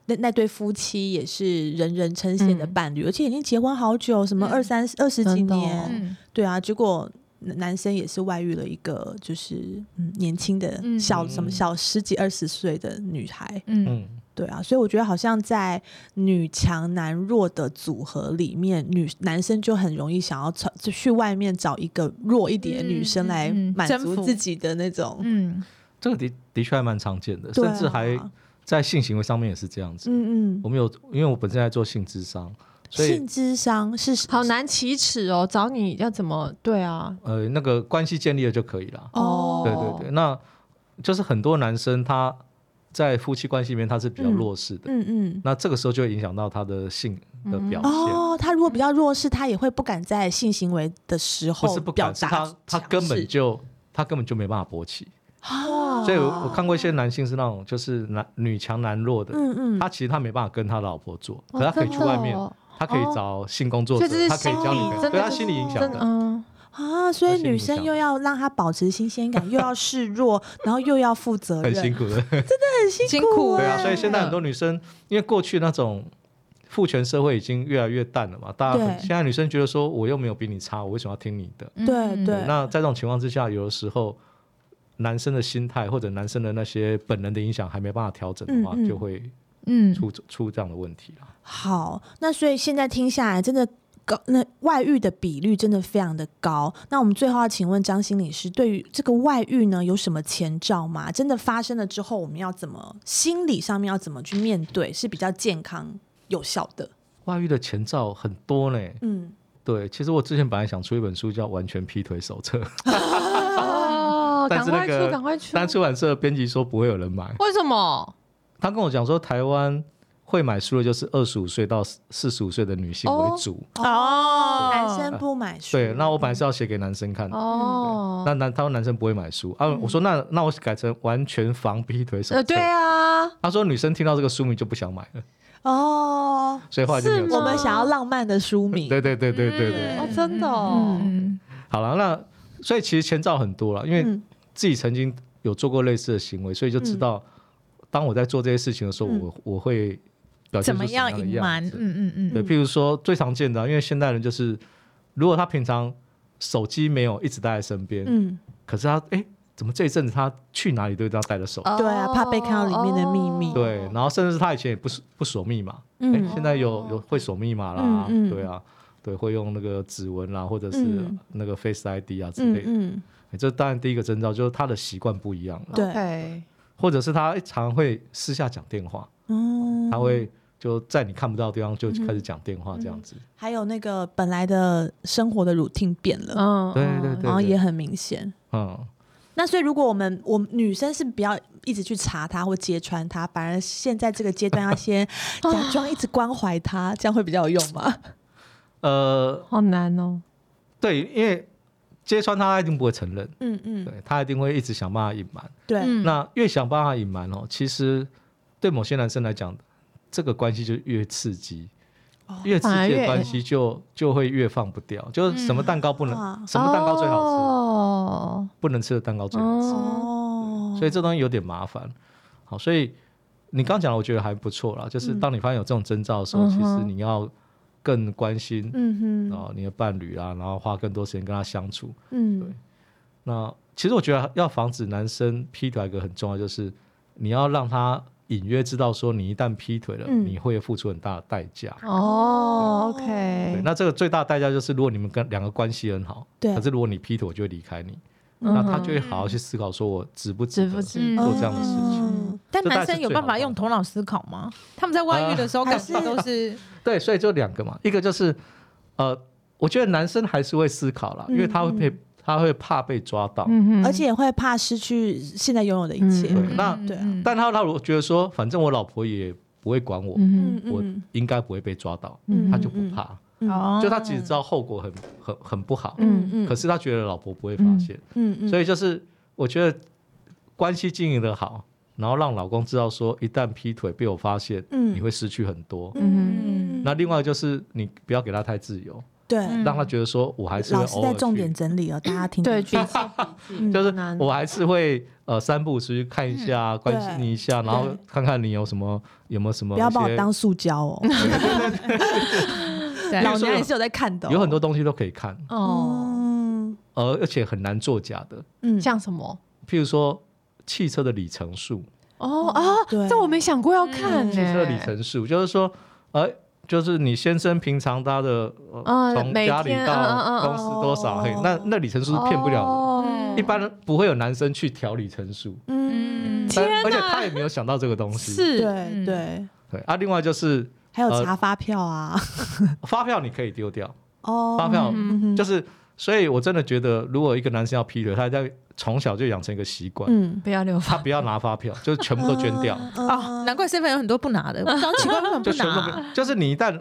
Speaker 4: 那那对夫妻也是人人称羡的
Speaker 1: 嗯
Speaker 4: 伴侣，而且已经结婚好久，什么
Speaker 3: 嗯
Speaker 4: 二三、二十几
Speaker 1: 真的哦
Speaker 4: 年，
Speaker 3: 嗯
Speaker 4: 对啊，结果男男生也是外遇了一个，就是嗯年轻的
Speaker 3: 嗯
Speaker 4: 小、
Speaker 5: 嗯
Speaker 4: 什么小十几二十岁的女孩，
Speaker 3: 嗯
Speaker 5: 嗯，
Speaker 4: 对啊，所以我觉得好像在女强男弱的组合里面，女男生就很容易想要找就去外面找一个弱一点的女生
Speaker 3: 嗯嗯
Speaker 4: 来
Speaker 3: 嗯
Speaker 4: 满
Speaker 3: 征
Speaker 4: 足
Speaker 3: 服
Speaker 4: 自己的那种，
Speaker 3: 嗯，
Speaker 5: 这个的的确还蛮常见的，
Speaker 4: 对
Speaker 5: 甚至还
Speaker 4: 啊
Speaker 5: 在性行为上面也是这样子。
Speaker 4: 嗯嗯，
Speaker 5: 我们有，因为我本身在做性智商，所以
Speaker 4: 性智商是
Speaker 1: 好难启齿哦，找你要怎么对啊？
Speaker 5: 呃，那个关系建立了就可以了。
Speaker 4: 哦，
Speaker 5: 对对对，那就是很多男生他在夫妻关系里面他是比较
Speaker 4: 嗯
Speaker 5: 弱势的，
Speaker 4: 嗯嗯。
Speaker 5: 那这个时候就会影响到他的性的表现。
Speaker 4: 哦，他如果比较弱势，他也会不敢在性行为的时
Speaker 5: 不
Speaker 4: 候
Speaker 5: 是不
Speaker 4: 表
Speaker 5: 敢，是
Speaker 4: 达
Speaker 5: 他他
Speaker 4: 强
Speaker 5: 根
Speaker 4: 势
Speaker 5: 本就他根本就没办法勃起。
Speaker 4: 啊
Speaker 5: 所以
Speaker 1: 哦
Speaker 5: 我我看过一些男性是那种就是男女强男弱的，
Speaker 4: 嗯嗯，
Speaker 5: 他其实他没办法跟他老婆做，可他
Speaker 1: 哦
Speaker 5: 可以去外面，
Speaker 1: 真的哦
Speaker 5: 他可以找性工作
Speaker 1: 所以这
Speaker 5: 者，
Speaker 1: 是
Speaker 5: 他可以交女朋
Speaker 1: 心理
Speaker 5: 友，
Speaker 1: 真的
Speaker 5: 对他啊心理影响
Speaker 1: 真的
Speaker 5: 的。
Speaker 1: 嗯，
Speaker 4: 啊，所以
Speaker 5: 心里
Speaker 4: 女
Speaker 5: 想
Speaker 4: 生又要让她保持新鲜感，又要示弱，然后又要负责
Speaker 5: 很
Speaker 4: 任，
Speaker 5: 辛苦的，
Speaker 3: 辛苦
Speaker 5: 对
Speaker 4: 欸
Speaker 5: 啊，所以现在很多女生，因为过去那种父权社会已经越来越淡了嘛，大家
Speaker 4: 对
Speaker 5: 很现在女生觉得说，我又没有比你差，我为什么要听你的？
Speaker 3: 嗯
Speaker 4: 对对
Speaker 5: 那在这种情况之下，有的时候男生的心态或者男生的那些本能的影响还没办法调整的话，
Speaker 4: 嗯嗯
Speaker 5: 就会
Speaker 3: 嗯，
Speaker 5: 出出这样的问题啦。
Speaker 4: 好，那所以现在听下来，真的高，那外遇的比率真的非常的高。那我们最后要请问张心理师，对于这个外遇呢，有什么前兆吗？真的发生了之后，我们要怎么心理上面要怎么去面对，是比较健康有效的？
Speaker 5: 外遇的前兆很多呢，
Speaker 4: 嗯，
Speaker 5: 对，其实我之前本来想出一本书叫《完全劈腿手册》，
Speaker 1: 哦，
Speaker 5: 但
Speaker 1: 赶
Speaker 5: 是
Speaker 1: 快
Speaker 5: 那
Speaker 1: 出，
Speaker 5: 个
Speaker 1: 赶快出，
Speaker 5: 但出版社的编辑说不会有人买，
Speaker 1: 为什么？
Speaker 5: 他跟我讲说台湾会买书的就是二十五岁到四十五岁的女性为主。
Speaker 3: 哦，
Speaker 4: 男生不买书，
Speaker 5: 对，那我本来是要写给男生看的，
Speaker 1: 哦，
Speaker 5: 那男他说男生不会买书啊，我说那那我改成完全防劈腿手册。
Speaker 1: 呃，对啊，
Speaker 5: 他说女生听到这个书名就不想买了，
Speaker 4: 哦，
Speaker 5: 所以后来就没有
Speaker 1: 是
Speaker 5: 出。
Speaker 1: 吗
Speaker 4: 我们想要浪漫的书名，
Speaker 5: 对对对对对对，
Speaker 1: 哦，真的哦，
Speaker 3: 嗯，
Speaker 5: 好了，那所以其实前兆很多了，因为
Speaker 4: 嗯
Speaker 5: 自己曾经有做过类似的行为，所以就知道，
Speaker 3: 嗯
Speaker 5: 当我在做这些事情的时候，
Speaker 4: 嗯
Speaker 5: 我我会表现
Speaker 3: 怎
Speaker 5: 出
Speaker 3: 么
Speaker 5: 什样
Speaker 3: 样
Speaker 5: 的
Speaker 3: 隐
Speaker 5: 样
Speaker 3: 瞒？
Speaker 5: 子
Speaker 3: 嗯嗯嗯，
Speaker 5: 对，譬如说最常见的啊，因为现代人就是，如果他平常手机没有一直带在身边，
Speaker 4: 嗯，
Speaker 5: 可是他哎，怎么这一阵子他去哪里都一定要带着
Speaker 3: 哦
Speaker 5: 手机？
Speaker 4: 对啊，怕被看到里面的秘
Speaker 1: 哦
Speaker 4: 密，
Speaker 5: 对，然后甚至他以前也不不锁密码，哎，
Speaker 4: 嗯
Speaker 5: 现在有有会锁密码啦
Speaker 4: 嗯，嗯
Speaker 5: 对啊，对，会用那个指纹啦，或者是
Speaker 4: 嗯
Speaker 5: 那个 Face ID 啊之类
Speaker 4: 嗯
Speaker 5: 的。
Speaker 4: 嗯，
Speaker 5: 哎这当然第一个征兆就是他的习惯不一样了，
Speaker 4: 对，
Speaker 1: 对，
Speaker 5: 或者是他哎常会私下讲电话，
Speaker 4: 嗯，
Speaker 5: 他会就在你看不到的地方就开始讲电话这样子。
Speaker 4: 还有那个本来的生活的 routine 变了，
Speaker 1: 嗯，
Speaker 5: 对对对，
Speaker 4: 然后
Speaker 5: 对
Speaker 4: 也很明显。
Speaker 5: 嗯。
Speaker 4: 那所以，如果我们我们女生是不要一直去查他或揭穿他，反而现在这个阶段要 先假装一直关怀他，这样会比较有用吗？
Speaker 5: 呃，
Speaker 1: 好难哦，
Speaker 5: 对，因为揭穿他，他一定不会承认，
Speaker 4: 嗯嗯，
Speaker 5: 对他一定会一直想办法隐瞒。
Speaker 4: 对，
Speaker 3: 嗯
Speaker 5: 那越想办法隐瞒哦，其实对某些男生来讲，这个关系就越刺激。越刺
Speaker 1: 哦反而
Speaker 5: 激的
Speaker 1: 越嗯
Speaker 5: 关系就就会越放不掉，就是什么蛋糕不能，
Speaker 4: 啊
Speaker 5: 什么蛋糕最好吃，
Speaker 1: 哦，
Speaker 5: 不能吃的蛋糕最好吃，
Speaker 1: 哦，
Speaker 4: 哦，
Speaker 5: 嗯所以这东西有点麻烦。好，所以你刚讲的我觉得还不错啦，就是当你发现有这种征兆的时候，
Speaker 1: 嗯
Speaker 5: 其实
Speaker 1: 哼
Speaker 5: 你要更关心
Speaker 4: 嗯哼，
Speaker 5: 哦你的伴侣啊，然后花更多时间跟他相处。
Speaker 4: 嗯
Speaker 5: 对那其实我觉得要防止男生劈腿，一个很重要就是你要让他隐约知道说，你一旦劈腿了，
Speaker 4: 嗯
Speaker 5: 你会付出很大的代价。
Speaker 1: 哦
Speaker 5: 对，
Speaker 1: ，OK，
Speaker 5: 那这个最大的代价就是，如果你们跟两个关系很好，
Speaker 4: 对
Speaker 5: 可是如果你劈腿，我就会离开你，
Speaker 1: 嗯
Speaker 5: 那他就会好好去思考，说我值不值
Speaker 1: 值
Speaker 5: 得
Speaker 1: 不值
Speaker 3: 嗯
Speaker 5: 做这样的事情？
Speaker 4: 嗯
Speaker 3: 但
Speaker 5: 这大
Speaker 3: 男
Speaker 5: 概是
Speaker 3: 生有
Speaker 5: 最
Speaker 3: 办
Speaker 5: 好
Speaker 3: 法
Speaker 5: 的啊
Speaker 3: 用头脑思考吗？他们在外遇的时候，感觉都是
Speaker 5: 对，所以就两个嘛，一个就是呃，我觉得男生还是会思考啦，因为他会被、他会怕被抓到，
Speaker 1: 嗯哼
Speaker 4: 而且也会怕失去现在拥有的一切。
Speaker 5: 对，那。
Speaker 3: 嗯
Speaker 4: 对啊
Speaker 3: 嗯
Speaker 5: 但他他如果觉得说，反正我老婆也不会管我，
Speaker 1: 嗯
Speaker 4: 嗯
Speaker 5: 我
Speaker 4: 嗯
Speaker 5: 应该不会被抓到，
Speaker 1: 嗯
Speaker 5: 他就不怕。
Speaker 4: 嗯
Speaker 3: 哦
Speaker 5: 就他其实知道后果很很很不好，
Speaker 1: 嗯
Speaker 4: 嗯
Speaker 5: 可是他觉得老婆不会发现，
Speaker 4: 嗯嗯，
Speaker 5: 所
Speaker 4: 以
Speaker 5: 以就是我觉得关系经营的好，然后让老公知道说，一旦劈腿被我发现，
Speaker 4: 嗯
Speaker 5: 你会失去很多。
Speaker 4: 嗯
Speaker 5: 那另外就是你不要给他太自由，
Speaker 4: 对，
Speaker 3: 嗯
Speaker 5: 让他觉得说我还是会
Speaker 4: 老师
Speaker 5: 偶尔
Speaker 4: 在
Speaker 5: 去
Speaker 4: 重点整理哦，大家听
Speaker 1: 对，
Speaker 4: 进去
Speaker 1: 举 起
Speaker 5: 就是
Speaker 1: 难
Speaker 5: 我还是会呃三步出去看一下，关心你一下，然后
Speaker 4: 嗯对
Speaker 5: 看看你有什么有没有什么
Speaker 4: 不要
Speaker 5: 一
Speaker 4: 把我
Speaker 5: 些
Speaker 4: 当塑胶哦，
Speaker 1: 嗯
Speaker 3: 对
Speaker 4: 老娘也是有在看的哦，
Speaker 5: 有很多东西都可以看，
Speaker 1: 哦，
Speaker 4: 嗯
Speaker 5: 而、而且很难作假的，
Speaker 4: 嗯，
Speaker 1: 像什么？
Speaker 5: 譬如说汽车的里程数，
Speaker 1: 哦嗯啊，
Speaker 4: 对，
Speaker 1: 这我没想过要看
Speaker 5: 汽车里
Speaker 1: 呢。
Speaker 5: 程数就是说，呃，就是你先生平常他的呃
Speaker 1: 嗯
Speaker 5: 从
Speaker 1: 每
Speaker 5: 家里
Speaker 1: 天嗯嗯嗯
Speaker 5: 到公司多少，嘿
Speaker 4: 哦，
Speaker 5: 那那里程数是骗不了的。
Speaker 1: 哦
Speaker 5: 一般不会有男生去调里程数，
Speaker 4: 嗯，
Speaker 5: 但而且他也没有想到这个东西。
Speaker 1: 是
Speaker 4: 对对，
Speaker 5: 对啊，另外就是
Speaker 4: 还有查发票 啊，
Speaker 5: 发票你可以丢掉，
Speaker 4: 哦，
Speaker 5: 发票
Speaker 4: 嗯哼
Speaker 5: 就是，所以我真的觉得，如果一个男生要劈腿，他在从小就养成一个习惯，
Speaker 4: 嗯，
Speaker 1: 不要留
Speaker 5: 他不要拿发票，就是全部都捐掉，
Speaker 1: 嗯啊
Speaker 3: 哦，难怪 seven 有很多不拿 的，我刚奇怪为什么
Speaker 5: 就
Speaker 3: 不
Speaker 5: 全部都
Speaker 3: 拿？
Speaker 5: 不，就是你一旦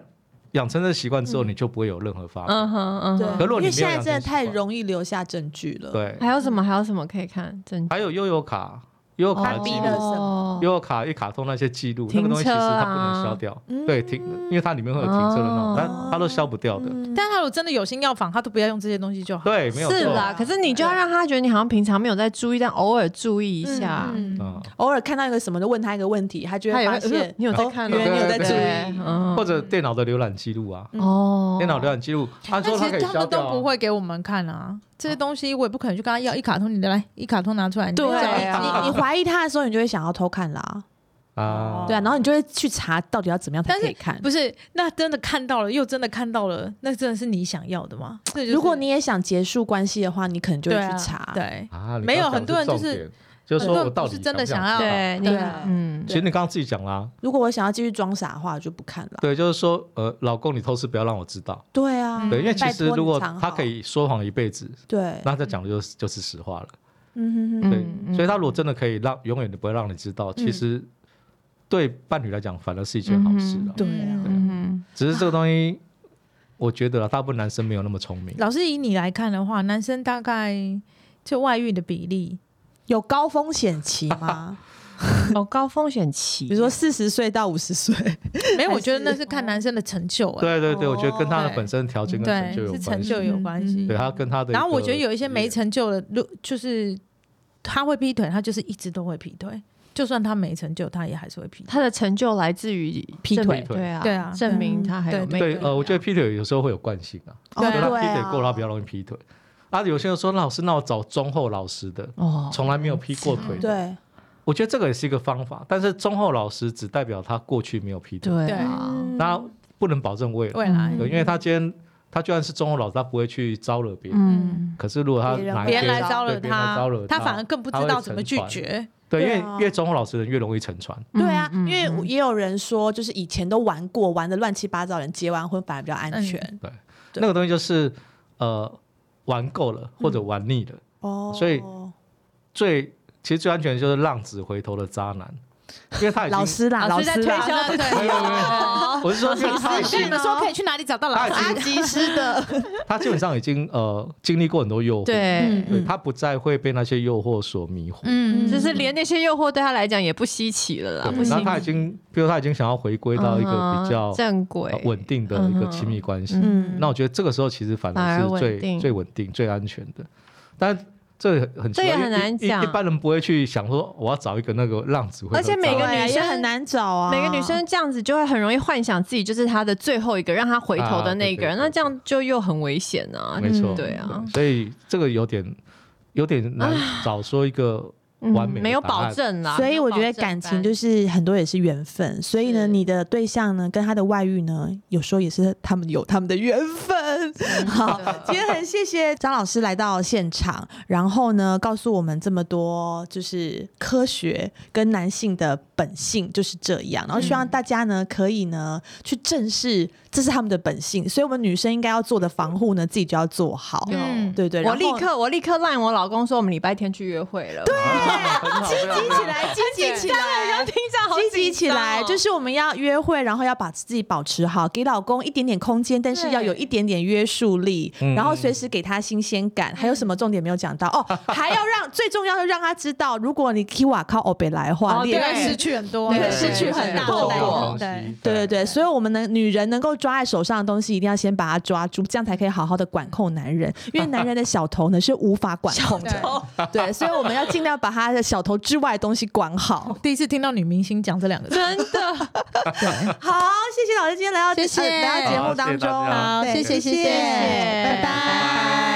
Speaker 5: 养成这个习惯之后，你就不会有任何发票。
Speaker 1: 嗯哼嗯
Speaker 4: 对
Speaker 1: 哼，
Speaker 5: 可如果
Speaker 4: 因
Speaker 5: 你
Speaker 4: 为
Speaker 5: 没有
Speaker 4: 现在
Speaker 5: 养成
Speaker 4: 真的太
Speaker 5: 习惯
Speaker 4: 容易留下证据了，，
Speaker 5: 对，
Speaker 1: 还有什么？还有什么可以看？真哦
Speaker 5: 还有悠游卡，悠游卡
Speaker 3: 哦
Speaker 5: 的记
Speaker 4: 逼
Speaker 5: 录
Speaker 4: 了什么
Speaker 5: 悠游卡一卡通那些记录，那
Speaker 1: 停
Speaker 5: 个东西其实它不能
Speaker 1: 车啊
Speaker 5: 消掉，
Speaker 4: 嗯
Speaker 3: 嗯
Speaker 5: 对停，因为它里面会有停车的那
Speaker 1: 哦
Speaker 5: 种，但它都消不掉的。
Speaker 4: 嗯
Speaker 1: 嗯
Speaker 3: 但他如果真的有心要仿，他都不要用这些东西就好。
Speaker 5: 对，没有
Speaker 1: 是
Speaker 5: 错。
Speaker 1: 啦，可是你就要让他觉得你好像平常没有在注意，但偶尔注意一下，
Speaker 3: 嗯，
Speaker 5: 嗯，
Speaker 4: 偶尔看到一个什么就问他一个问题，他就
Speaker 1: 他
Speaker 4: 会
Speaker 1: 也
Speaker 4: 发
Speaker 1: 会
Speaker 4: 现
Speaker 1: 呃你有在看哦，
Speaker 4: 原来你有在
Speaker 5: 对
Speaker 4: 注
Speaker 1: 对
Speaker 4: 意，
Speaker 1: 嗯
Speaker 5: 或者电脑的浏览记录啊，
Speaker 1: 哦，
Speaker 5: 电脑浏览记录，他
Speaker 3: 但
Speaker 5: 说
Speaker 3: 其
Speaker 5: 可
Speaker 3: 实
Speaker 5: 以
Speaker 3: 他
Speaker 5: 消
Speaker 3: 们
Speaker 5: 掉
Speaker 3: 都不
Speaker 5: 啊。
Speaker 3: 会给我们看啊，这些东西我也不可能去跟他要一卡通你的来，一卡通拿出来。你
Speaker 1: 对
Speaker 3: 就讲一
Speaker 1: 啊
Speaker 4: 你你怀疑他的时候，你就会想要偷看啦，
Speaker 5: 啊，
Speaker 4: 对啊，然后你就会去查到底要怎么样才
Speaker 3: 但
Speaker 4: 可以
Speaker 3: 是
Speaker 4: 看。
Speaker 3: 不是，那真的看到了，又真的看到了，那真的是你想要的吗？这就是
Speaker 4: 如果你也想结束关系的话，你可能就会
Speaker 3: 对
Speaker 4: 去
Speaker 3: 啊
Speaker 4: 查，
Speaker 3: 对，
Speaker 5: 啊，你
Speaker 3: 没有
Speaker 5: 刚刚
Speaker 3: 很多人
Speaker 5: 讲
Speaker 3: 就
Speaker 5: 的
Speaker 3: 是
Speaker 5: 重点，就是
Speaker 3: 很多
Speaker 5: 说我
Speaker 3: 人
Speaker 5: 到
Speaker 3: 不
Speaker 5: 底
Speaker 3: 是真的
Speaker 5: 想不
Speaker 3: 想要
Speaker 5: 知道
Speaker 1: 对你
Speaker 4: 对
Speaker 1: 嗯
Speaker 5: 其实你刚刚自己讲啦，
Speaker 4: 如果我想要继续装傻的话，我就不看了。
Speaker 5: 对，就是说，呃，老公，你偷吃不要让我知道。
Speaker 4: 对啊，
Speaker 3: 嗯
Speaker 5: 对，因为其
Speaker 4: 拜
Speaker 5: 实
Speaker 4: 托
Speaker 5: 如
Speaker 4: 你
Speaker 5: 果
Speaker 4: 藏
Speaker 5: 他
Speaker 4: 好
Speaker 5: 可以说谎一辈子，
Speaker 4: 对，
Speaker 5: 那他讲的就是就是实话了。
Speaker 4: 嗯哼哼，
Speaker 5: 对
Speaker 1: 嗯，
Speaker 3: 嗯
Speaker 5: 所以他如果真的可以让永远都不会让你知道，其实对伴侣来讲反而是一件好事
Speaker 1: 嗯
Speaker 5: 啊
Speaker 1: 哼。
Speaker 4: 对啊，
Speaker 1: 嗯
Speaker 5: 只是这个东西，我觉得啦，大部分男生没有那么聪明。
Speaker 3: 老师以你来看的话，男生大概就外遇的比例，
Speaker 4: 有高风险期 吗？
Speaker 1: 哼，有哦高风险期，
Speaker 4: 比如说四十岁到五十岁，
Speaker 3: 没有，我觉得那是哦看男生的成就、哎，
Speaker 5: 对对对，我觉得跟他的
Speaker 3: 对
Speaker 5: 本身条件跟成就
Speaker 3: 哦对，
Speaker 5: 有
Speaker 3: 是
Speaker 5: 关
Speaker 3: 成
Speaker 5: 系
Speaker 3: 就。有关系。
Speaker 4: 嗯
Speaker 5: 对他跟他的一个，
Speaker 3: 然后我觉得有一些没成就的，如就是他会劈腿，他就是一直都会劈腿，就算他没成就，他也还是会劈腿。
Speaker 1: 他的成就来自于
Speaker 4: 劈
Speaker 1: 证明
Speaker 4: 腿
Speaker 1: 对啊，
Speaker 3: 对啊
Speaker 1: 证明他还有
Speaker 3: 对
Speaker 1: 魅
Speaker 5: 对
Speaker 1: 力。
Speaker 5: 呃，我觉得劈腿有时候会有惯性啊，
Speaker 4: 哦
Speaker 3: 啊对
Speaker 5: 就
Speaker 3: 啊
Speaker 5: 他劈腿够，他比较容易劈腿。啊，有些人说老师，那我找忠厚老实的，
Speaker 1: 哦，
Speaker 5: 从来没有劈过腿。的。
Speaker 4: 对，
Speaker 5: 我觉得这个也是一个方法，但是忠厚老实只代表他过去没有劈腿，
Speaker 1: 对
Speaker 3: 对
Speaker 1: 啊，
Speaker 4: 嗯
Speaker 5: 那不能保证未来。
Speaker 3: 未来
Speaker 1: 嗯
Speaker 5: 对，因为他今天他就算是忠厚老实，他不会去招惹别人。
Speaker 1: 嗯，
Speaker 5: 可是如果他
Speaker 4: 别人
Speaker 5: 哪一
Speaker 3: 别人
Speaker 5: 天
Speaker 3: 来招惹
Speaker 5: 对别人来
Speaker 3: 他
Speaker 5: 招惹，
Speaker 3: 他反而更不知道怎么拒绝。
Speaker 5: 对，
Speaker 4: 对
Speaker 5: 因为
Speaker 4: 啊
Speaker 5: 越忠厚老实的人越容易沉船。
Speaker 1: 嗯
Speaker 4: 对啊，
Speaker 1: 嗯
Speaker 4: 因为我也有人说，就是以前都玩过，玩的乱七八糟的人，结完婚反而比较安
Speaker 3: 嗯
Speaker 4: 全。
Speaker 3: 对
Speaker 5: 那个东西就是呃玩够了或
Speaker 3: 嗯
Speaker 5: 者玩腻了，
Speaker 4: 哦，
Speaker 5: 所以最其实最安全的就是浪子回头的渣男，因为他已经
Speaker 4: 老师啦，老
Speaker 3: 在
Speaker 4: 师
Speaker 3: 推
Speaker 4: 啦，
Speaker 3: 销自
Speaker 5: 没
Speaker 3: 己
Speaker 5: 有没有没
Speaker 3: 哦，
Speaker 5: 我是说因为他
Speaker 3: 跟
Speaker 5: 已
Speaker 3: 你
Speaker 5: 经
Speaker 3: 们说可以去哪里找到老师
Speaker 5: 他已。经
Speaker 4: 及时 的，
Speaker 5: 他基本上已经呃经历过很多诱惑，
Speaker 4: 嗯
Speaker 1: 对，
Speaker 5: 对，他不再会被那些诱惑所迷惑。
Speaker 3: 嗯
Speaker 1: 就是连那些诱惑对他来讲也不稀奇了啦，
Speaker 5: 对
Speaker 1: 不
Speaker 5: 然
Speaker 1: 行
Speaker 5: 后，他已经，比如他已经想要回归到一个比较
Speaker 1: 嗯哼正轨
Speaker 5: 呃稳定的一个亲密关系，
Speaker 4: 嗯
Speaker 5: 那我觉得这个时候其实反
Speaker 1: 嗯反
Speaker 5: 而
Speaker 1: 而
Speaker 5: 是
Speaker 1: 稳定
Speaker 5: 最最稳定、最安全的。但这很奇
Speaker 1: 这也
Speaker 5: 怪
Speaker 1: 很
Speaker 5: 一
Speaker 1: 难
Speaker 5: 一
Speaker 1: 讲
Speaker 5: 一般人不会去想说我要找一个那个浪子回头
Speaker 1: 而且
Speaker 5: 找
Speaker 1: 每个
Speaker 5: 我
Speaker 1: 女
Speaker 4: 也
Speaker 1: 生
Speaker 4: 很难找啊，
Speaker 1: 嗯每个女生这样子就会很容易幻想自己就是他的最后一个让他回头的那个人，
Speaker 5: 啊对
Speaker 1: 那
Speaker 5: 对对
Speaker 1: 这样就又很危险啊。
Speaker 5: 没错，
Speaker 1: 对啊，
Speaker 5: 所以这个有点有点难找说一 个完美的
Speaker 1: 没有
Speaker 5: 答案
Speaker 1: 保证啦。
Speaker 4: 嗯所以我觉得感情就是很多也是缘分，所以呢，
Speaker 1: 是
Speaker 4: 你的对象呢跟他的外遇呢，有时候也是他们有他们的缘分。 好，今天很谢谢张老师来到现场，然后呢告诉我们这么多，就是科学跟男性的本性就是这样，然后希
Speaker 1: 嗯
Speaker 4: 望大家呢可以呢去正视这是他们的本性，所以我们女生应该要做的防护呢自己就要做好。
Speaker 3: 嗯
Speaker 4: 对对，
Speaker 1: 我
Speaker 4: 然
Speaker 1: 立
Speaker 4: 后
Speaker 1: 刻我立刻赖我老公说我们礼拜天去约会了。对，
Speaker 5: 积
Speaker 4: 积极 起来，积极啊起来。
Speaker 1: 听着好
Speaker 4: 积极起
Speaker 3: 哦
Speaker 4: 来，就是是我们要约会，然后要把自己保持好，给老公一点点空间，但是要有一点点约束力，
Speaker 5: 嗯
Speaker 4: 然后随时给他新鲜感。还有什么重点没有讲到？哦，还要让最重要的让他知道，如果你 Kiwa 靠欧北来的话，
Speaker 1: 哦
Speaker 4: 你
Speaker 3: 对
Speaker 4: 也
Speaker 1: 对
Speaker 3: 失去很多，
Speaker 4: 你会
Speaker 3: 对
Speaker 4: 失去很大的
Speaker 3: 后
Speaker 5: 重
Speaker 3: 来
Speaker 5: 要的
Speaker 3: 对
Speaker 5: 东西，
Speaker 4: 对对对，所以我们能女人能够抓在手上的东西，一定要先把它抓住，这样才可以好好的管控男人，因为男人的小头呢是无法管控
Speaker 3: 小头
Speaker 4: 的。对，所以我们要尽量把他的小头之外的东西管好。
Speaker 3: 第一次听到女明星讲这两个字，
Speaker 1: 真的。
Speaker 4: 好，谢谢老师今天来到
Speaker 3: 谢谢
Speaker 4: 呃来到节目当中，
Speaker 5: 好
Speaker 4: 对
Speaker 5: 谢谢大家
Speaker 3: 谢谢谢谢
Speaker 4: 拜
Speaker 3: 拜
Speaker 4: 拜。